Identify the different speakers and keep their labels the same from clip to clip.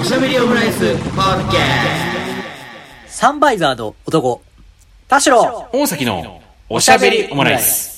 Speaker 1: おしゃべりオムライスポッケ
Speaker 2: サンバイザーの男、田代
Speaker 3: 大崎のおしゃべりオムライス。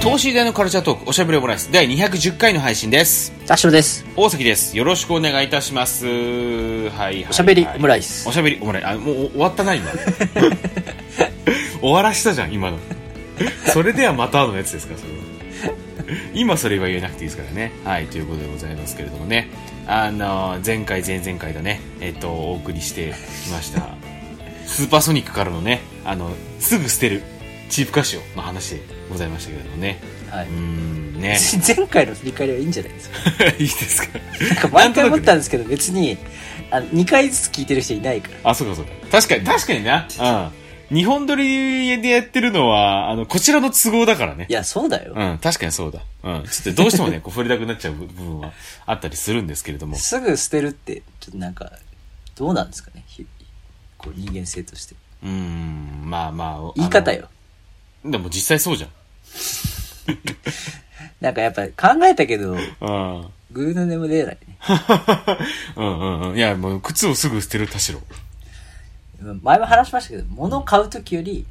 Speaker 3: 等身大のカルチャートークおしゃべりオムライス第210回の配信です。
Speaker 2: 田代です。
Speaker 3: 大崎です。よろしくお願いいたします。はいはい、はい。
Speaker 2: おしゃべりオムライス
Speaker 3: おしゃべりオムライス。あ、もうお終わったな、 今。終わらしたじゃん、今の。それではまたのやつですか、それは。今それは言えなくていいですからね。はい、ということでございますけれどもね。あのー、前回、前々回だね、えっと、お送りしてきました。スーパーソニックからのね、あの、すぐ捨てる、チープ歌手の話でございましたけれどもね。
Speaker 2: はいう
Speaker 3: ー ん、ね。
Speaker 2: 前回の振り返りはいいんじゃないですか。
Speaker 3: いいです か。
Speaker 2: なんか毎回思ったんですけど、別に、あの、2回ずつ聞いてる人いないから。
Speaker 3: あ、そうかそうか。確かに、確かにな。うん。日本撮りでやってるのは、あの、こちらの都合だからね
Speaker 2: い。や、そうだよ。
Speaker 3: うん、確かにそうだ。うん。ちょっとどうして もね、こう触れたくなっちゃう部分はあったりするんですけれども。
Speaker 2: すぐ捨てるって、ちょっとなんか、どうなんですかね。ひこう人間性として。
Speaker 3: うーん、まあまああの。
Speaker 2: 言い方よ。
Speaker 3: でも実際そうじ
Speaker 2: なんかやっぱ考えたけど、
Speaker 3: ゃん。 うん。
Speaker 2: グーの音も出ないね。
Speaker 3: うんうんうん。いや、もう靴をすぐ捨てる田代。
Speaker 2: 前も話しましたけど、物を買う時より、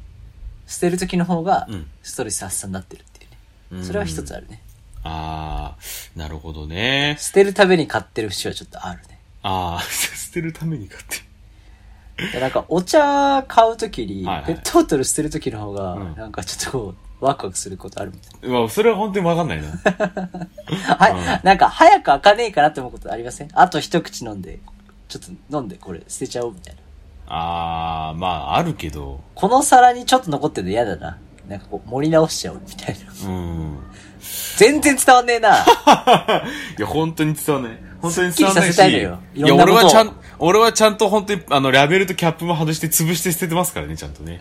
Speaker 2: 捨てる時の方が
Speaker 3: うん、
Speaker 2: ストレス発散になってるっていうね。それは一つあるね。
Speaker 3: あー、なるほどね。
Speaker 2: 捨てるために買ってる節はちょっとあるね。
Speaker 3: あー、 捨てるために買ってる。
Speaker 2: でなんかお茶買うときに、
Speaker 3: はいはい
Speaker 2: ペットボトル捨てるときの方が、
Speaker 3: うん
Speaker 2: なんかちょっとこう、ワクワクすることあるみたいう
Speaker 3: わ、それは本当にわかんないな。
Speaker 2: な。はい、なんか早く開かねえかなって思うことありませんあと一口飲んで、ちょっと飲んでこれ捨てちゃおうみたいな。
Speaker 3: あー、まあ、あるけど。
Speaker 2: この皿にちょっと残ってるの嫌だな。なんかこう盛り直しちゃおうみたいな。
Speaker 3: うん。
Speaker 2: 全然伝わんねえな。
Speaker 3: いや、本当に伝わんない。本当に伝わんないし。
Speaker 2: すっきりさせたいのよい
Speaker 3: い
Speaker 2: ろ
Speaker 3: や、
Speaker 2: んな
Speaker 3: 俺
Speaker 2: ことを
Speaker 3: はちゃん、俺はちゃんと本当に、あの、ラベルとキャップも外して潰して捨ててますからね、ちゃんとね。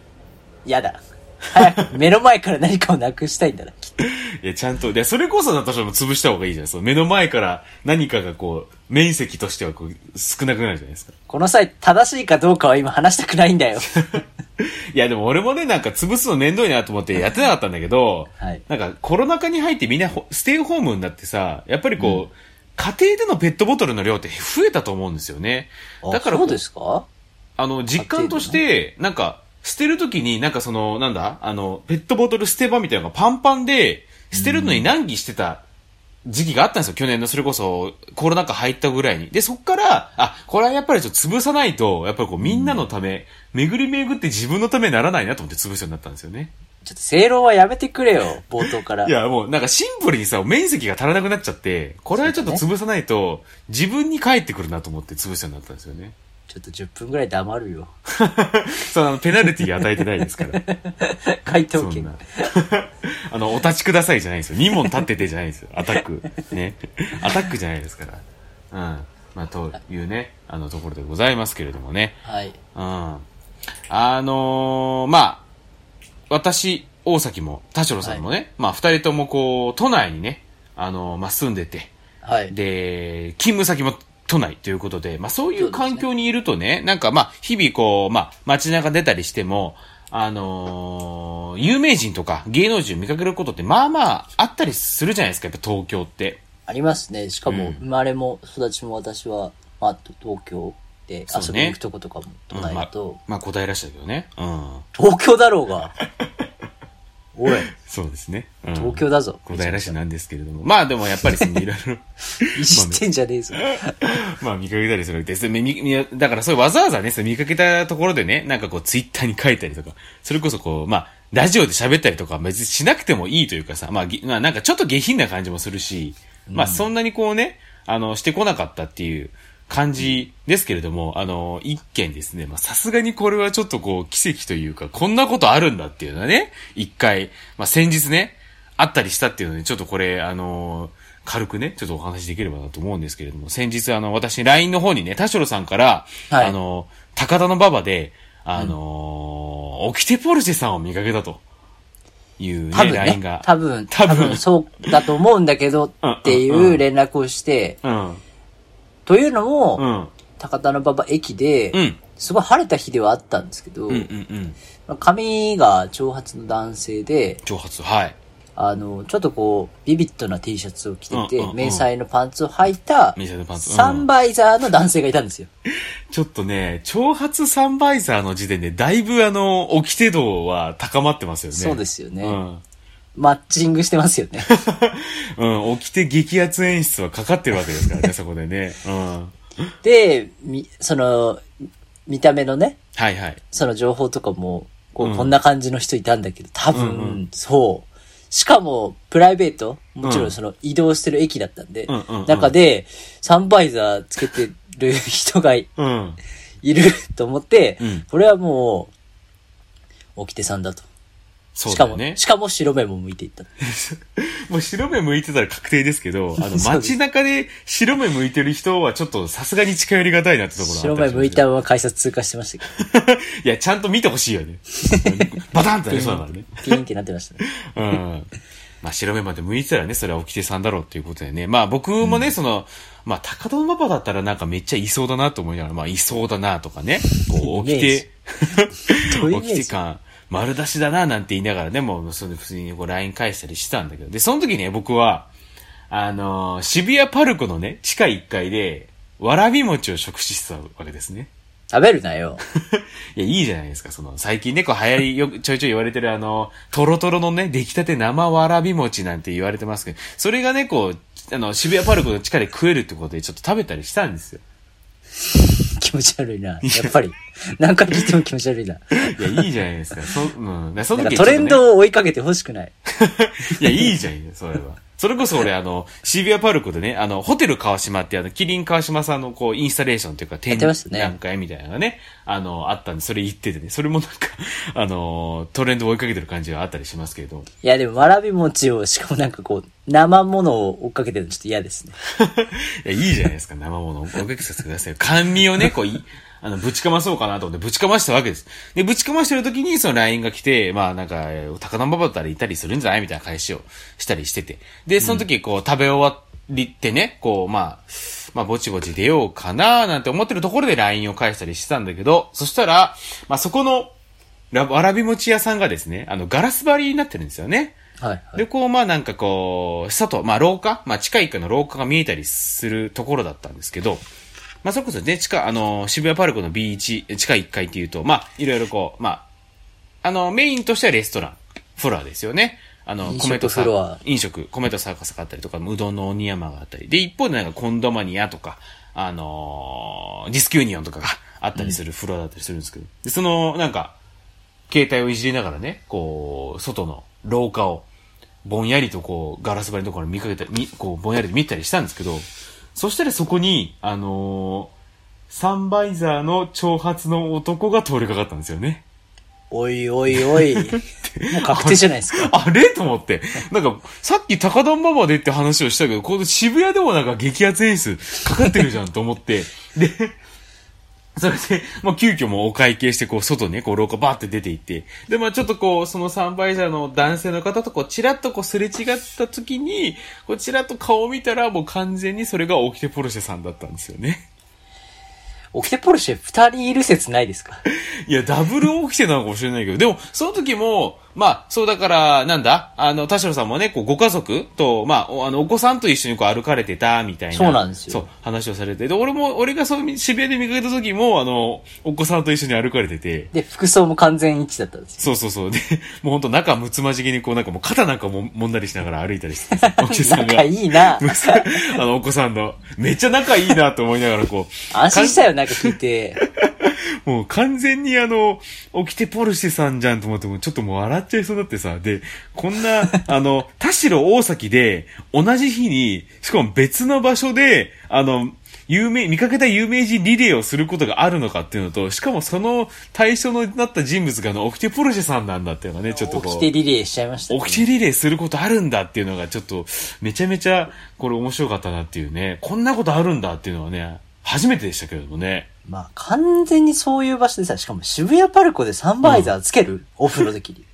Speaker 2: 嫌だ。早く目の前から何かをなくしたいんだな。きっと
Speaker 3: いや、ちゃんと、で、それこそ、私も潰した方がいいじゃん。そう、目の前から何かがこう、面積としてはこう、少なくなるじゃないですか。
Speaker 2: この際正しいかどうかは今話したくないんだ よ。
Speaker 3: いや、でも俺もね、なんか潰すの面倒いなと思ってやってなかったんだけど、
Speaker 2: はい
Speaker 3: なんかコロナ禍に入ってみんなほステイホームになってさ、やっぱりこう、家庭でのペットボトルの量って増えたと思うんですよね。だから
Speaker 2: あ
Speaker 3: こ
Speaker 2: そううですか
Speaker 3: あの、実感として、なんか、捨てるときに、なんかその、なんだ、あの、ペットボトル捨て場みたいなのがパンパンで、捨てるのに難儀してた時期があったんですよ。去年のそれこそ、コロナ禍入ったぐらいに。で、そっから、あ、これはやっぱりちょっと潰さないと、やっぱりこう、みんなのため、巡り巡って自分のためにならないなと思って潰すようになったんですよね。
Speaker 2: ちょっと正論はやめてくれ よ、冒頭から。
Speaker 3: いや、もうなんかシンプルにさ、面積が足らなくなっちゃって、これはちょっと潰さないと、自分に返ってくるなと思って潰すようになったんですよね。
Speaker 2: ちょっと10分ぐらい黙るよ。
Speaker 3: そう、あの、ペナルティー与えてないですから。
Speaker 2: 回答
Speaker 3: そん
Speaker 2: 権
Speaker 3: な。 あの、お立ちくださいじゃないんですよ。2問立っててじゃないんですよ。アタック。ね。アタックじゃないですから。うん。まあ、というね、あの、ところでございますけれどもね。
Speaker 2: はい
Speaker 3: うん。あのーまあ、私、大崎も、田代さんもね、まあ、二人ともこう、都内にね、あのーまあ、住んでて、
Speaker 2: はい
Speaker 3: で、勤務先も都内ということで、まあそういう環境にいるとね、なんかまあ日々こう、まあ街中出たりしても、あのー有名人とか芸能人を見かけることってまあまああったりするじゃないですか、やっぱ東京って。
Speaker 2: ありますねしか
Speaker 3: う
Speaker 2: も
Speaker 3: ん
Speaker 2: 生まれも育ちも私は、まあ、東京で
Speaker 3: そうね
Speaker 2: 遊びに行くとことかも都内だ
Speaker 3: うん
Speaker 2: と、
Speaker 3: まあ、まあ答えらしたけどね。うん。
Speaker 2: 東京だろう がおい
Speaker 3: そうですね。うん
Speaker 2: 東京だぞ
Speaker 3: 答えらしいなんですけれども。まあでもやっぱりそ のいろいろ、
Speaker 2: いじってんじゃねえぞ
Speaker 3: まあ見かけたりするわけです。みみみだからそういうわざわざね、その見かけたところでね、なんかこうツイッターに書いたりとか、それこそこう、まあ、ラジオで喋ったりとかは別にしなくてもいいというかさ、まあ、ぎまあなんかちょっと下品な感じもするし、まあそんなにこうね、あの、してこなかったっていう感じですけれども、あの、一件ですね、まあさすがにこれはちょっとこう奇跡というか、こんなことあるんだっていうのはね、一回、まあ先日ね、あったりしたっていうので、ちょっとこれ、あのー軽くね、ちょっとお話しできればなと思うんですけれども、先日あの、私、LINE の方にね、田代さんから、
Speaker 2: はい
Speaker 3: あの、高田の馬場で、あのーオキテポルシェさんを見かけたと。いうね、
Speaker 2: 多分
Speaker 3: LINE
Speaker 2: ね
Speaker 3: が。。
Speaker 2: 多分、
Speaker 3: 多
Speaker 2: 多
Speaker 3: 分
Speaker 2: 分そうだと思うんだけど
Speaker 3: うん
Speaker 2: ってい
Speaker 3: んう
Speaker 2: う連絡をして、
Speaker 3: うん。
Speaker 2: というのも、
Speaker 3: うん。
Speaker 2: 高田の馬場駅で、
Speaker 3: うん
Speaker 2: すごい晴れた日ではあったんですけど、
Speaker 3: うんうんうん。
Speaker 2: 髪が長髪の男性で、
Speaker 3: 挑発、はい。
Speaker 2: あの、ちょっとこう、ビビッドな T シャツを着てて、
Speaker 3: うんうんうん
Speaker 2: 迷彩のパンツを履いた、
Speaker 3: 迷彩のパンツうん
Speaker 2: サンバイザーの男性がいたんですよ。
Speaker 3: ちょっとね、挑発サンバイザーの時点で、だいぶあの、起きて度は高まってますよね。
Speaker 2: そうですよね
Speaker 3: うん。
Speaker 2: マッチングしてますよ ね。
Speaker 3: うん、起きて激アツ演出はかかってるわけですからね、そこでね。うん。
Speaker 2: で、み、その、見た目のね、
Speaker 3: はいはい。
Speaker 2: その情報とかも、こ
Speaker 3: う
Speaker 2: う、
Speaker 3: ん
Speaker 2: こんな感じの人いたんだけど、多分、
Speaker 3: うんう
Speaker 2: そう。しかも、プライベートもちろ
Speaker 3: うん
Speaker 2: んその移動してる駅だったんで、
Speaker 3: うんうんうん
Speaker 2: 中で、サンバイザーつけてる人がい
Speaker 3: うん。
Speaker 2: いると思って、
Speaker 3: うん
Speaker 2: これはもう、起きてさんだと。
Speaker 3: そう
Speaker 2: しか
Speaker 3: だ
Speaker 2: も、
Speaker 3: よね。
Speaker 2: しかも白目も向いていった。
Speaker 3: もう白目向いてたら確定ですけ ど、あの、
Speaker 2: そうです
Speaker 3: 街中で白目向いてる人はちょっとさすがに近寄りがたいなってところはあ
Speaker 2: 白
Speaker 3: った
Speaker 2: 目
Speaker 3: りします
Speaker 2: 向いたまま改札通過してましたけ
Speaker 3: いや、ちゃんと見てほしいよ ね。バタンってなりそうだからね。
Speaker 2: ど、ピーンってなってましたね。
Speaker 3: うん。まあ、白目まで向いてたらね、それは起きてさんだろうっていうことでね。まあ、僕もね、その、まあ、高田馬場だったらなんかめっちゃいそうだなと思いながら、まあ、いそうだなとかね、こう、起きて、
Speaker 2: どういうイメー
Speaker 3: 起
Speaker 2: ジ
Speaker 3: きて感、丸出しだななんて言いながらね、もう、その普通にこう、LINE 返したりしてたんだけど、で、その時ね、僕は、あのー渋谷パルコのね、地下1階で、わらび餅を食ししてたわけですね。
Speaker 2: 食べるなよ。
Speaker 3: いや、いいじゃないですか。その、最近ね、こう、流行り、よく、ちょいちょい言われてる、あの、トロトロのね、出来たて生わらび餅なんて言われてますけど、それがね、こう、あの、渋谷パルコの地下で食えるってことで、ちょっと食べたりしたんですよ。
Speaker 2: 気持ち悪いな。やっぱり。何回聞いても気持ち悪いな。
Speaker 3: いや、いいじゃないですか。そ、うん。でそ
Speaker 2: な
Speaker 3: の
Speaker 2: んか
Speaker 3: 時、
Speaker 2: トレンドを追いかけてほしくない。
Speaker 3: いや、いいじゃんよ、それは。それこそ俺、あの、渋谷パルコでね、あの、ホテル川島って、あの、キリン川島さんの、こう、インスタレーションというか、展
Speaker 2: ってましたね
Speaker 3: 覧会みたいなのがね、あの、あったんで、それ行っててね、それもなんか、あの、トレンドを追いかけてる感じがあったりしますけれども。
Speaker 2: いや、でも、わらび餅を、しかもなんかこう、生ものを追っかけてるのちょっと嫌ですね。
Speaker 3: いや、いいじゃないですか、生もの。おかけさせてくださいよ。甘味をね、こう、いあの、ぶちかまそうかなと思って、ぶちかましたわけです。で、ぶちかましてる時に、その LINE が来て、まあ、なんか、えー高田馬場だったらいたりするんじゃないみたいな返しをしたりしてて。で、その時、こう、食べ終わりってね、こう、まあ、まあ、ぼちぼち出ようかななんて思ってるところで LINE を返したりしてたんだけど、そしたら、まあ、そこの、らわらび餅屋さんがですね、あの、ガラス張りになってるんですよね。
Speaker 2: はい、はい。
Speaker 3: で、こう、まあなんかこう、外、まあ廊下、まあ地下1階の廊下が見えたりするところだったんですけど、まあそれこそね、地下、あの、渋谷パルコの B1、え地下1階っていうと、まあいろいろこう、まあ、あの、メインとしてはレストラン、フロアですよね。あの、
Speaker 2: 飲食
Speaker 3: 米とサ
Speaker 2: フロア
Speaker 3: 飲食、米とサーカスがあったりとか、うどんの鬼山があったり。で、一方でなんかコンドマニアとか、あのーディスクユニオンとかがあったりするフロアだったりするんですけど、で、その、なんか、携帯をいじりながらね、こう、外の廊下を、ぼんやりとこう、ガラス張りのところに見かけたり、みこう、ぼんやりと見たりしたんですけど、そしたらそこに、あのーサンバイザーの長髪の男が通りかかったんですよね。
Speaker 2: おいおい おい。もう確定じゃないですか。
Speaker 3: あれと思って。なんか、さっき高田馬場でって話をしたけど、この渋谷でもなんか激アツ演出かかってるじゃんと思って。で、それで、まあ、急遽もうお会計して、こう、外にね、こう、廊下バーって出て行って、で、まあ、ちょっとこう、そのサンバイザーの男性の方とこう、ちらっとこう、すれ違った時に、こう、ちらっと顔を見たら、もう完全にそれがオキテポルシェさんだったんですよね。
Speaker 2: オキテポルシェ二人いる説ないですか
Speaker 3: いや、ダブル起きてたのかもしれないけど、でも、その時も、まあ、そうだから、なんだ、あの、田代さんもね、こう、ご家族と、まあ、おあの、お子さんと一緒にこう歩かれてた、みたいな。
Speaker 2: そうなんですよ
Speaker 3: そう、話をされて。で、俺も、俺がそう、渋谷で見かけた時も、あの、お子さんと一緒に歩かれてて、
Speaker 2: で、服装も完全一致だったんですよ。
Speaker 3: そうそうそう。で、もうほんと仲むつまじきにこうなんかもう肩なんかももんだりしながら歩いたりしてさ、 おじさんが
Speaker 2: 仲。いいな。
Speaker 3: あの、お子さんの。めっちゃ仲いいなと思いながらこう。
Speaker 2: 安心したよ、なんか聞いて。
Speaker 3: もう完全にあの、起きてポルシェさんじゃんと思って、もうちょっともう笑っちゃいそうになってさ、で、こんな、あの、田代大崎で、同じ日に、しかも別の場所で、あの、有名、見かけた有名人リレーをすることがあるのかっていうのと、しかもその対象になった人物があの、オキテポルシェさんなんだっていうのがね、ちょっ とこう。
Speaker 2: 起きてリレーしちゃいました、ね。
Speaker 3: 起きてリレーすることあるんだっていうのがちょっとめちゃめちゃこれ面白かったなっていうねこんなことあるんだっていうのはね初めてでしたけれどもね
Speaker 2: まあ、完全にそういう場所でさ、しかも渋谷パルコでサンバイザーつける、お風呂の時に。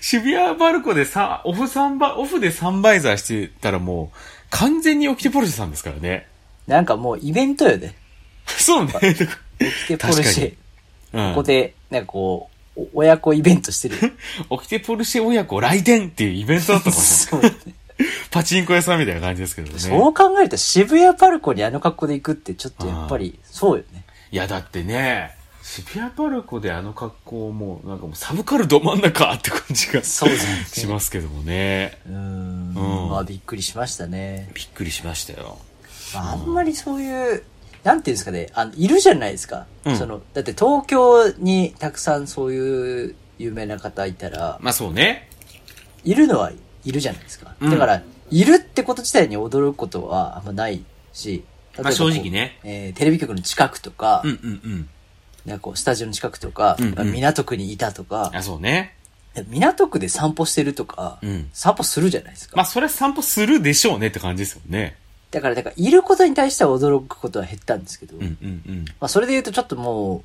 Speaker 3: 渋谷バルコでさオフサンバオフでサンバイザーしてたらもう完全にオキテポルシェさんですからね
Speaker 2: なんかもうイベントよね。
Speaker 3: そうね
Speaker 2: 来てポルシェ。
Speaker 3: うん
Speaker 2: ここで、なんかこう、お親子イベント してる。
Speaker 3: オキテポルシェ親子来店っていうイベントだったもんね
Speaker 2: そうね
Speaker 3: パチンコ屋さんみたいな感じですけどね
Speaker 2: そう考えると渋谷パルコにあの格好で行くってちょっとやっぱり、そうよね。
Speaker 3: いやだってね渋谷パルコであの格好もなんかもうサブカルど真ん中って感じが
Speaker 2: そうですね
Speaker 3: しますけどもね
Speaker 2: うーん。
Speaker 3: うん
Speaker 2: まあびっくりしましたね。
Speaker 3: びっくりしましたよ
Speaker 2: まあ、あんまりそういう、なんていうんですかね、あの、いるじゃないですか。
Speaker 3: うん
Speaker 2: その、だって東京にたくさんそういう有名な方いたら、
Speaker 3: まあそうね
Speaker 2: いるのはいるじゃないですか。
Speaker 3: うん
Speaker 2: だから、いるってこと自体に驚くことはあんまないし、例えば
Speaker 3: まあ
Speaker 2: こう
Speaker 3: 正直ね
Speaker 2: えーテレビ局の近くとか、
Speaker 3: うんうんうん
Speaker 2: なんかこう、スタジオの近くとか、
Speaker 3: うんうん
Speaker 2: 港区にいたとか、
Speaker 3: あそうね
Speaker 2: 港区で散歩してるとか、
Speaker 3: うん
Speaker 2: 散歩するじゃないですか。
Speaker 3: まあそれは散歩するでしょうねって感じですよね
Speaker 2: だから、だから、いることに対しては驚くことは減ったんですけど、
Speaker 3: うんうんうん
Speaker 2: まあ、それで言うとちょっともう、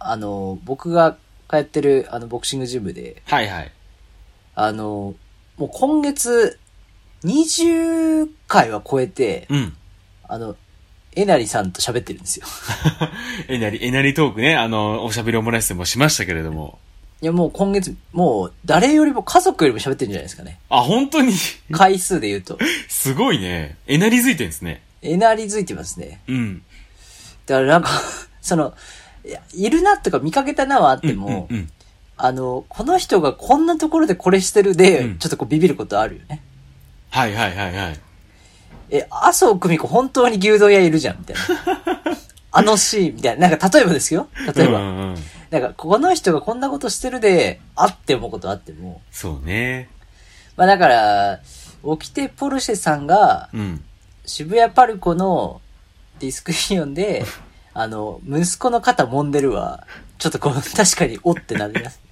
Speaker 2: あの、僕が通ってる、あの、ボクシングジムで、
Speaker 3: はいはい
Speaker 2: あの、もう今月、20回は超えて、
Speaker 3: うん
Speaker 2: あの、えなりさんと喋ってるんですよ。
Speaker 3: えなりえなりトークねあのおしゃべりオムライスでもしましたけれども
Speaker 2: いや、もう今月、もう、誰よりも、家族よりも喋ってるんじゃないですかね。
Speaker 3: あ本当に
Speaker 2: 回数で言うと。
Speaker 3: すごいねえなりづいてるんですね
Speaker 2: えなりづいてますね。
Speaker 3: うん
Speaker 2: だからなんか、 その、いやいるなとか見かけたなはあっても、
Speaker 3: うんうん
Speaker 2: あの、この人がこんなところでこれしてるで、
Speaker 3: うん
Speaker 2: ちょっとこうビビることあるよね。
Speaker 3: はいはいはいはい
Speaker 2: え、麻生久美子本当に牛丼屋いるじゃん、みたいな。 あのシーン、みたいな。なんか例えばですよ。例えば。
Speaker 3: うんうんうん
Speaker 2: なんか、この人がこんなことしてるで、あって思うことあっても。
Speaker 3: そうね
Speaker 2: まあだから、起きてポルシェさんが、
Speaker 3: うん
Speaker 2: 渋谷パルコのディスクイオン で、あの、息子の肩揉んでるわ。ちょっとこう、確かにおってなります。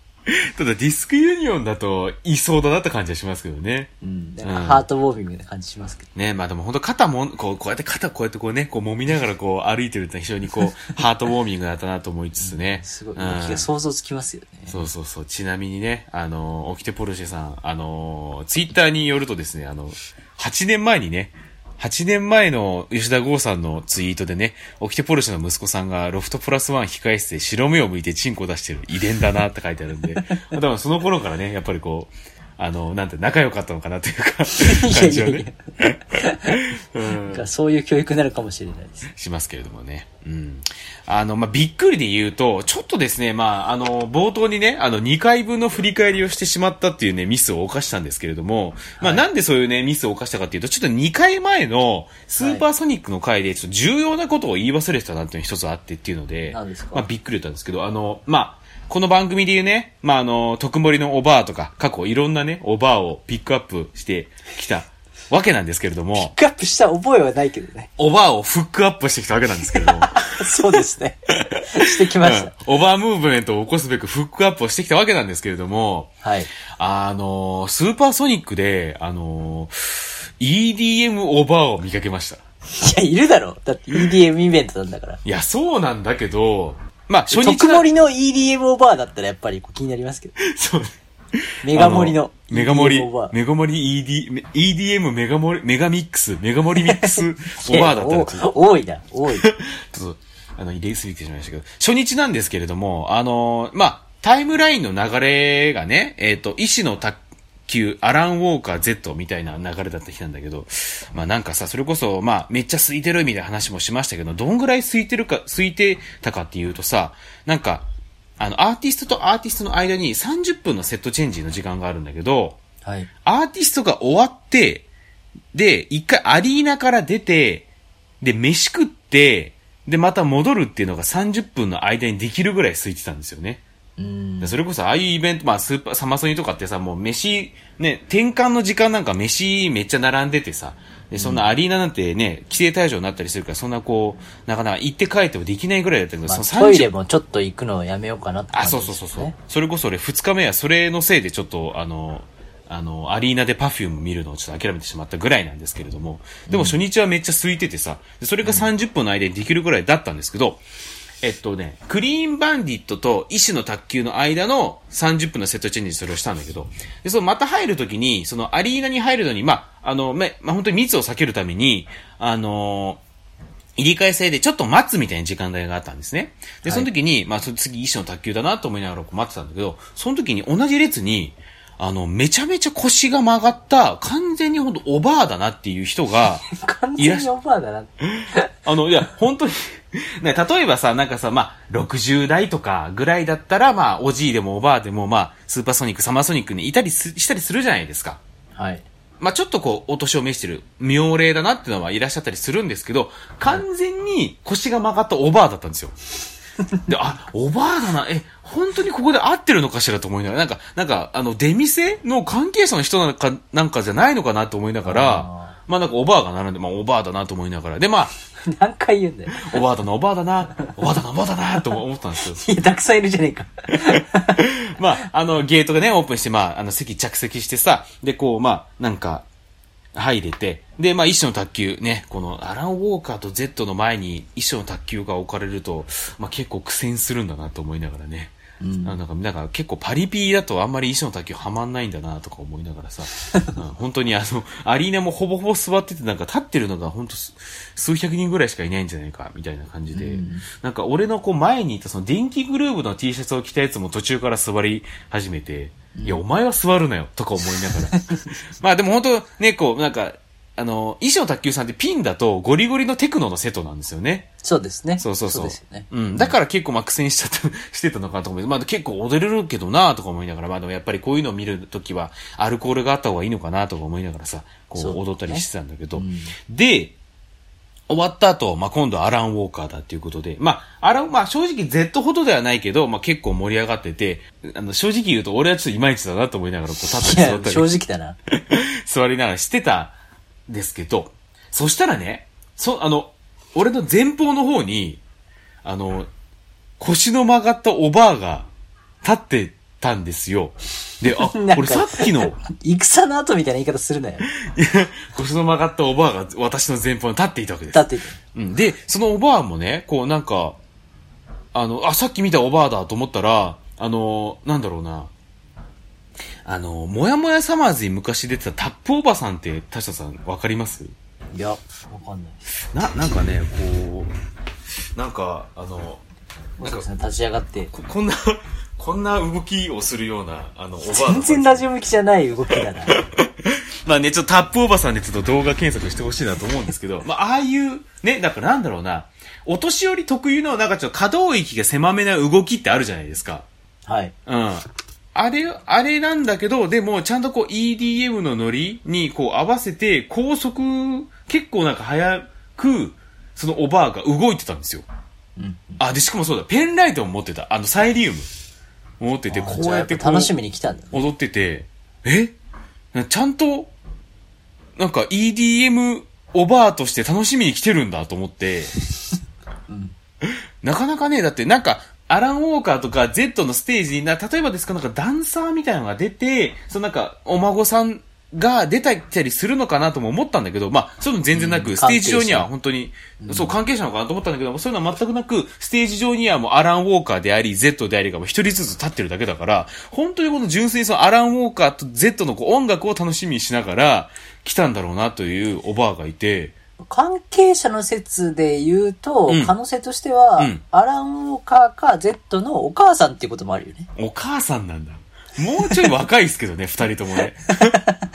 Speaker 3: ただディスクユニオンだといそうだなって感じはしますけどね
Speaker 2: うん。なん
Speaker 3: う
Speaker 2: か
Speaker 3: ん
Speaker 2: ハートウォーミングな感じしますけど。
Speaker 3: ねまあでも本当肩もん、こう、こうやって肩こうやってこうね、こう揉みながらこう歩いてるって非常にこ う、ハートウォーミングだったなと思いつつね。
Speaker 2: すごい、
Speaker 3: うん
Speaker 2: 気が想像つきますよね。
Speaker 3: そうそうそう。ちなみにね、あの、オキテポルシェさん、あの、ツイッターによるとですね、あの、8年前にね、8年前の吉田剛さんのツイートでね、オキテポルシェの息子さんがロフトプラスワン控え室で白目を向いてチンコを出してる遺伝だなって書いてあるんで、 多分その頃からね、やっぱりこう、あの、なんて仲良かったのかなと いうか、感じはね。うん
Speaker 2: なんかそういう教育になるかもしれないです。
Speaker 3: しますけれどもね。うん。あの、まあ、びっくりで言うと、ちょっとですね、まあ、あの、冒頭にね、あの、2回分の振り返りをしてしまったっていうね、ミスを犯したんですけれども、まあ、なんでそういうね、ミスを犯したかっていうと、ちょっと2回前のスーパーソニックの回で、ちょっと重要なことを言い忘れてたなっていうのが一つあってっていうので、
Speaker 2: 何ですか
Speaker 3: まあ、びっくりだったんですけど、あの、まあ、この番組で言うね、まあ、あの、特盛りのおばあとか、過去いろんなね、おばあをピックアップしてきたわけなんですけれども、
Speaker 2: ピックアップした覚えはないけどね。
Speaker 3: おばあをフックアップしてきたわけなんですけれども、
Speaker 2: そうです ね。してきました。
Speaker 3: うんオーバームーブメントを起こすべくフックアップをしてきたわけなんですけれども、
Speaker 2: はい。
Speaker 3: あのー、スーパーソニックで、あのー、EDM オーバーを見かけました。
Speaker 2: いや、いるだろ。だって EDM イベントなんだから。
Speaker 3: いや、そうなんだけど、まあ、初日
Speaker 2: 特
Speaker 3: な
Speaker 2: 盛りの EDM オーバーだったらやっぱりこう気になりますけど。
Speaker 3: そう。
Speaker 2: メガ盛りの
Speaker 3: あメガ盛
Speaker 2: EDM オーバー
Speaker 3: り、メガ盛り ED め、EDM メガ盛り、メガミックス、メガ盛りミッ クスオーバーだったんですよ
Speaker 2: いやお多いな、多 い。
Speaker 3: ちょっと、あの、入れすぎてしまいましたけど、初日なんですけれども、あのーまあ、タイムラインの流れがね、えっ、と、医師の卓球、アラン・ウォーカー Z みたいな流れだった日なんだけど、まあ、なんかさ、それこそ、まあ、めっちゃ空いてるみたいな話もしましたけど、どんぐらい空いてるか、空いてたかっていうとさ、なんか、あの、アーティストとアーティストの間に30分のセットチェンジの時間があるんだけど、
Speaker 2: はい。
Speaker 3: アーティストが終わって、で、一回アリーナから出て、で、飯食って、で、また戻るっていうのが30分の間にできるぐらい空いてたんですよね。
Speaker 2: うん。
Speaker 3: でそれこそ、ああいうイベント、まあ、スーパー、サマソニとかってさ、もう飯、ね、転換の時間なんか飯めっちゃ並んでてさ、で、そんなアリーナなんてね、規制対象になったりするから、そんなこう、なかなか行って帰ってもできないぐらいだったけど、
Speaker 2: まあ、
Speaker 3: その
Speaker 2: トイ
Speaker 3: 30
Speaker 2: レもちょっと行くのをやめようかなって感
Speaker 3: あ、
Speaker 2: じ
Speaker 3: そう
Speaker 2: です、
Speaker 3: そう
Speaker 2: ね。
Speaker 3: そうそう。それこそ俺2日目はそれのせいでちょっと、あの、あの、アリーナでパフューム見るのをちょっと諦めてしまったぐらいなんですけれども、でも初日はめっちゃ空いててさ、でそれが30分の間にできるぐらいだったんですけど、えっとね、クリーンバンディットと医師の卓球の間の30分のセットチェンジそれをしたんだけど、で、そのまた入るときに、そのアリーナに入るのに、まあ、あの、めまあ、本当に密を避けるために、あの入り替え制でちょっと待つみたいな時間帯があったんですね。で、その時に、まあ、その次、医師の卓球だなと思いながらこう待ってたんだけど、その時に同じ列に、あの、めちゃめちゃ腰が曲がった、完全にほんとおばあだなっていう人が、
Speaker 2: 完全にオファーだなって。
Speaker 3: あの、いや、本当に、 ね、例えばさ、なんかさ、まあ、60代とかぐらいだったら、まあ、おじいでもおばあでも、まあ、スーパーソニック、サマーソニックにいたりすしたりするじゃないですか。
Speaker 2: はい。
Speaker 3: まあ、ちょっとこう、お年を召してる、妙齢だなっていうのはいらっしゃったりするんですけど、完全に腰が曲がったおばあだったんですよ。で、あ、おばあだな、え、本当にここで合ってるのかしらと思いながら、なんか、なんか、あの、出店の関係者の人なのか、なんかじゃないのかなと思いながら、
Speaker 2: あ
Speaker 3: まあなんかおばあが並んで、まあおばあだなと思いながら、でまあ、
Speaker 2: 何回言うんだよ。
Speaker 3: おばあだな、おばあだな、おばあだな、おばあだな、と思ったんですよ。
Speaker 2: いや、たくさんいるじゃねえか。
Speaker 3: まあ、あの、ゲートがね、オープンして、まあ、あの、席着席してさ、で、こう、まあ、なんか、入れて、で、まあ、一種の卓球、ね、この、アラン・ウォーカーと Z の前に一種の卓球が置かれると、まあ、結構苦戦するんだなと思いながらね。あのなんか、なんか結構パリピだとあんまり一種の卓球はまんないんだなとか思いながらさ、 うん本当にあの、アリーナもほぼほぼ座ってて、なんか立ってるのが本当数数百人ぐらいしかいないんじゃないか、みたいな感じで、なんか俺のこう前にいたその電気グルーブの T シャツを着たやつも途中から座り始めて、いや、お前は座るなよ、とか思いながら。まあでも本当ね、こう、なんか、あの、衣装卓球さんってピンだとゴリゴリのテクノのセットなんですよね。
Speaker 2: そうですね。
Speaker 3: そうそうそう。
Speaker 2: ですよね。
Speaker 3: ん。だから結構まあ苦戦しちゃった、 してたのかなと思います。まあ結構踊れるけどなとか思いながら、まあでもやっぱりこういうのを見るときはアルコールがあった方がいいのかなとか思いながらさ、こ
Speaker 2: そうだ
Speaker 3: う
Speaker 2: ね
Speaker 3: 踊ったりしてたんだけど。
Speaker 2: うん
Speaker 3: で、終わった後、まあ、今度アラン・ウォーカーだっていうことで、まあ、アラン、まあ、正直 Z ほどではないけど、まあ、結構盛り上がってて、あの、正直言うと俺はちょっといまいちだなと思いながら、こう、立っ
Speaker 2: い
Speaker 3: たり座
Speaker 2: や
Speaker 3: っ、たり
Speaker 2: 正直だな。
Speaker 3: 座りながらしてたんですけど、そしたらね、そ、あの、俺の前方の方に、あの、腰の曲がったおばあが立ってたんですよ。で、あ、
Speaker 2: なんか
Speaker 3: 俺さっきの、
Speaker 2: 戦の後みたいな言い方するなよ。
Speaker 3: 腰の曲がったおばあが私の前方に立っていたわけです
Speaker 2: だ。って、
Speaker 3: うん、で、そのおばあもね、こうなんか、あの、あ、さっき見たおばあだと思ったら、あの、なんだろうな。あの、もやもやサマーズに昔出てたタップおばさんって、田下さんわかります
Speaker 2: いや、わかんない。
Speaker 3: な、なんかね、こう、なんか、あの、
Speaker 2: もしかしたら立ち上がって、
Speaker 3: ここんな、こんな動きをするような、あの、おばあの
Speaker 2: 全然ラジオ向きじゃない動きだな。
Speaker 3: まあね、ちょっとタップおばさんでちょっと動画検索してほしいなと思うんですけど、まあ、ああいう、ね、だからなんだろうな、お年寄り特有のなんかちょっと可動域が狭めな動きってあるじゃないですか。
Speaker 2: はい。
Speaker 3: うん。あれ、あれなんだけど、でも、ちゃんとこう EDM のノリにこう合わせて、高速、結構なんか早く、そのおばあが動いてたんですよ。
Speaker 2: うん。
Speaker 3: あ、で、しかもそうだ、ペンライトも持ってた。あの、サイリウム。持ってて、こうやって
Speaker 2: じゃあ
Speaker 3: こう
Speaker 2: 楽しみに来たんだね。
Speaker 3: 踊ってて、えちゃんと、なんか EDM おばあとして楽しみに来てるんだと思って、なかなかね、だってなんか、アラン・ウォーカーとか Z のステージにな、例えばですか、なんかダンサーみたいなのが出て、そのなんか、お孫さんが出たりするのかなとも思ったんだけど、まあ、そういうの全然なく、
Speaker 2: うん
Speaker 3: ステージ上には
Speaker 2: 関係者
Speaker 3: 本当に、そう、関係者なのかなと思ったんだけども、そういうのは全くなく、ステージ上にはもうアラン・ウォーカーであり、Z でありがもう一人ずつ立ってるだけだから、本当にこの純粋にそのアラン・ウォーカーと Z のこう音楽を楽しみにしながら、来たんだろうなというおばあがいて、
Speaker 2: 関係者の説で言うと、
Speaker 3: うん
Speaker 2: 可能性としては、
Speaker 3: うん
Speaker 2: アラン・ウォーカーか Z のお母さんっていうこともあるよね。
Speaker 3: お母さんなんだ。もうちょい若いですけどね、二人ともね。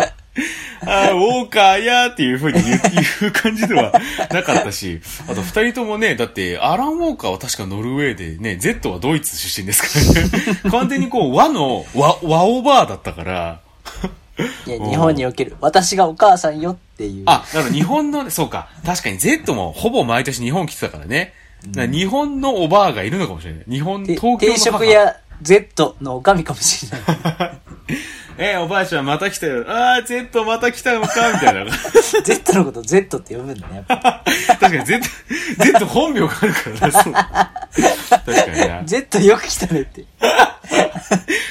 Speaker 3: あーウォーカーやーっていう風に言う言う感じではなかったし、あと二人ともね、だって、アラン・ウォーカーは確かノルウェーでね、Z はドイツ出身ですからね。 完全にこう、和の、和、和オバーだったから、
Speaker 2: いや
Speaker 3: うん
Speaker 2: 日本における、私がお母さんよっていう。
Speaker 3: あ、なるほど日本の、そうか、確かに Z もほぼ毎年日本来てたからね。だから日本のおばあがいるのかもしれない。日本、
Speaker 2: て
Speaker 3: 東京の
Speaker 2: 定
Speaker 3: 母
Speaker 2: 食屋 Z のおかみかもしれない。
Speaker 3: えおばあちゃんまた来たよ。あー、Z また来たのかみたいな。
Speaker 2: Z のこと Z って呼ぶんだね、やっぱ。
Speaker 3: 確かに Z、Z 本名があるからな、そう。確かにな。
Speaker 2: Z よく来たねって。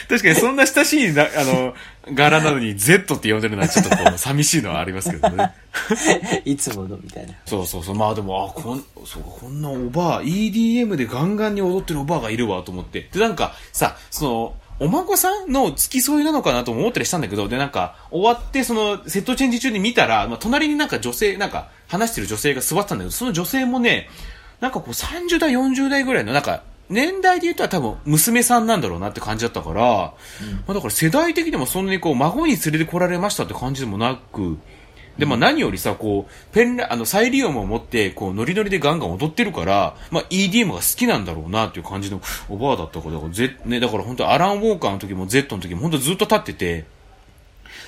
Speaker 3: 確かにそんな親しいな、あの、柄なのに Z って呼んでるのはちょっとこう、寂しいのはありますけどね。
Speaker 2: いつものみたいな。
Speaker 3: そうそうそう。まあでも、あ、こん、そうかこんなおばあ、EDM でガンガンに踊ってるおばあがいるわと思って。で、なんか、さ、その、お孫さんの付き添いなのかなとも思ったりしたんだけど、で、なんか、終わって、その、セットチェンジ中に見たら、まあ、隣になんか女性、なんか、話してる女性が座ってたんだけど、その女性もね、なんかこう、30代、40代ぐらいの、なんか、年代で言ったら多分、娘さんなんだろうなって感じだったから、まあだから世代的にもそんなにこう、孫に連れてこられましたって感じでもなく、で、まあ何よりさ、こう、ペンラ、あの、再利用も持って、こう、ノリノリでガンガン踊ってるから、まあ EDM が好きなんだろうなっていう感じのおばあだったから、だから、ぜね、だから本当アラン・ウォーカーの時も Z の時も本当ずっと立ってて、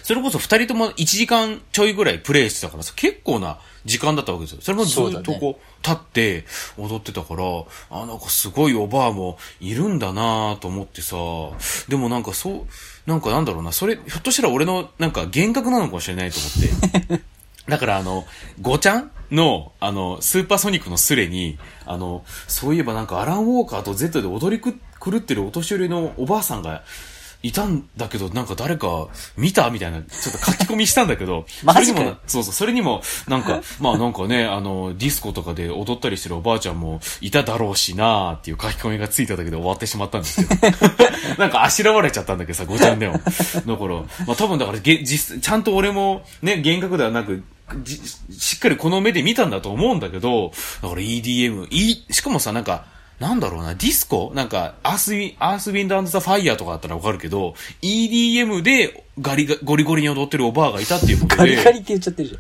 Speaker 3: それこそ二人とも1時間ちょいぐらいプレイしてたからさ、結構な時間だったわけですよ。それもず
Speaker 2: そ
Speaker 3: っ
Speaker 2: う
Speaker 3: と
Speaker 2: だね
Speaker 3: こう、立って踊ってたから、あ、なんかすごいおばあもいるんだなと思ってさ、でもなんかそう、なんかなんだろうな、それ、ひょっとしたら俺のなんか幻覚なのかもしれないと思って。だからあの、ごちゃんの、あの、スーパーソニックのスレに、あの、そういえばなんかアラン・ウォーカーと Z で踊りく狂ってるお年寄りのおばあさんがいたんだけど、なんか誰か見たみたいな、ちょっと書き込みしたんだけど、
Speaker 2: マジ
Speaker 3: そ
Speaker 2: かよ
Speaker 3: れにもな、そうそう、それにも、な んか、まあなんかね、あの、ディスコとかで踊ったりしてるおばあちゃんもいただろうしなーっていう書き込みがついただけで終わってしまった んですけど。なんかあしらわれちゃったんだけどさ、ごちゃんでも。だから、まあ多分だから、げ実ちゃんと俺もね、幻覚ではなく、じしっかりこの目で見たんだと思うんだけど、だから EDM、E、しかもさ、なんか、なんだろうな、ディスコなんか、アースウィン、アースウィンドザ・ファイヤーとかだったらわかるけど、EDM でガリガ、ゴリゴリに踊ってるおばあがいたっていうことで。
Speaker 2: ガリガリって言っちゃってるじ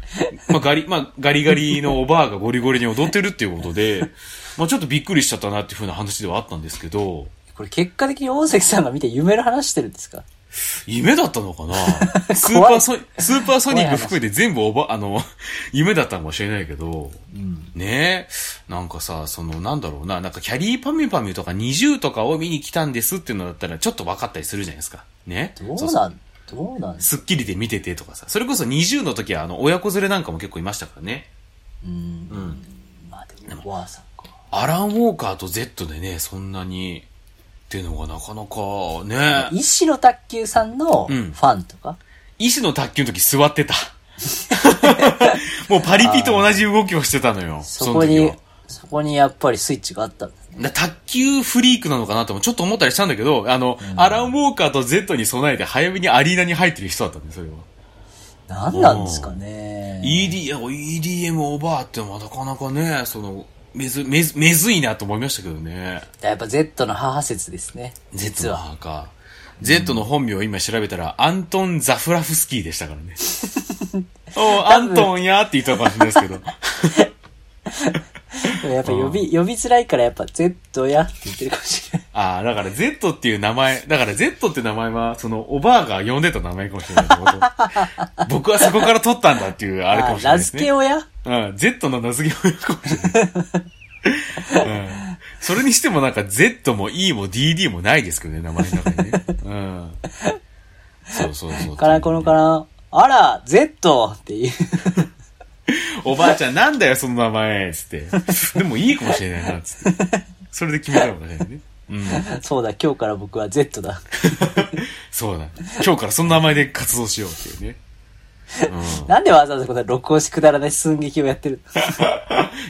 Speaker 3: まあ、ガリ、まあ、ガリガリのおばあがゴリゴリに踊ってるっていうことで、まあ、ちょっとびっくりしちゃったなっていうふうな話ではあったんですけど、
Speaker 2: ゃん。これ結果的に大関さんが見て夢の話してるんですか
Speaker 3: 夢だったのかなスーパーソニスーパーソニック含めて全部おば、あの、夢だったのかもしれないけど、ねえ、なんかさ、その、なんだろうな、なんかキャリーパミュパミュとか20とかを見に来たんですっていうのだったらちょっと分かったりするじゃないですか。ね。
Speaker 2: ど
Speaker 3: そう
Speaker 2: う
Speaker 3: そう
Speaker 2: なんどうなん
Speaker 3: スッキリで見ててとかさ、それこそ20の時はあの、親子連れなんかも結構いましたからね。
Speaker 2: うん。
Speaker 3: うん。
Speaker 2: まあでも、おばあさんか。
Speaker 3: アラン・ウォーカーと Z でね、そんなに、っていうのがなかなかね、
Speaker 2: 石野卓球さんのファンとか、
Speaker 3: 医師の卓球の時座っ てた。もうパリピと同じ動きをしてたのよ。
Speaker 2: そこに
Speaker 3: の時は。
Speaker 2: そこにやっぱりスイッチがあったんだね。
Speaker 3: だ卓球フリークなのかなともちょっと思ったりしたんだけど、あの、アラン・ウォーカーと Z に備えて早めにアリーナに入ってる人だったんで、それは。
Speaker 2: 何なんですかね。
Speaker 3: ED、EDM オーバーってのはなかなかね、その、めず、めず、めずいなと思いましたけどね。
Speaker 2: やっぱ Z の母説ですね。
Speaker 3: Z
Speaker 2: 実
Speaker 3: の
Speaker 2: は。
Speaker 3: 母か。Z の本名を今調べたら、アントン・ザフラフスキーでしたか らね。おうアントンやーって言ったかもしれないですけど。
Speaker 2: でもやっぱ呼び、呼びづらいからやっぱ Z やって言ってるかもしれない。
Speaker 3: ああ、だから Z っていう名前、だから Z って名前は、そのおばあが呼んでた名前かもしれないってこと。 僕はそこから取ったんだっていうあれかもしれない
Speaker 2: 名
Speaker 3: です
Speaker 2: 付
Speaker 3: ね
Speaker 2: け。親
Speaker 3: うん、Z の名付け親かもしれない。うん、それにしてもなんか Z も E も DD もないですけどね、名前の中にね。うん。そうそうそう。
Speaker 2: からこのかな。あら、Z! っていう。
Speaker 3: おばあちゃんなんだよ、その名前つって。でもいいかもしれないな、つって。それで決めたのかもしれないね。うん。
Speaker 2: そうだ、今日から僕は Z だ。
Speaker 3: そうだ。今日からその名前で活動しようっていうね。うん。
Speaker 2: なんでわざわざこんな録音しくだらない寸劇をや ってる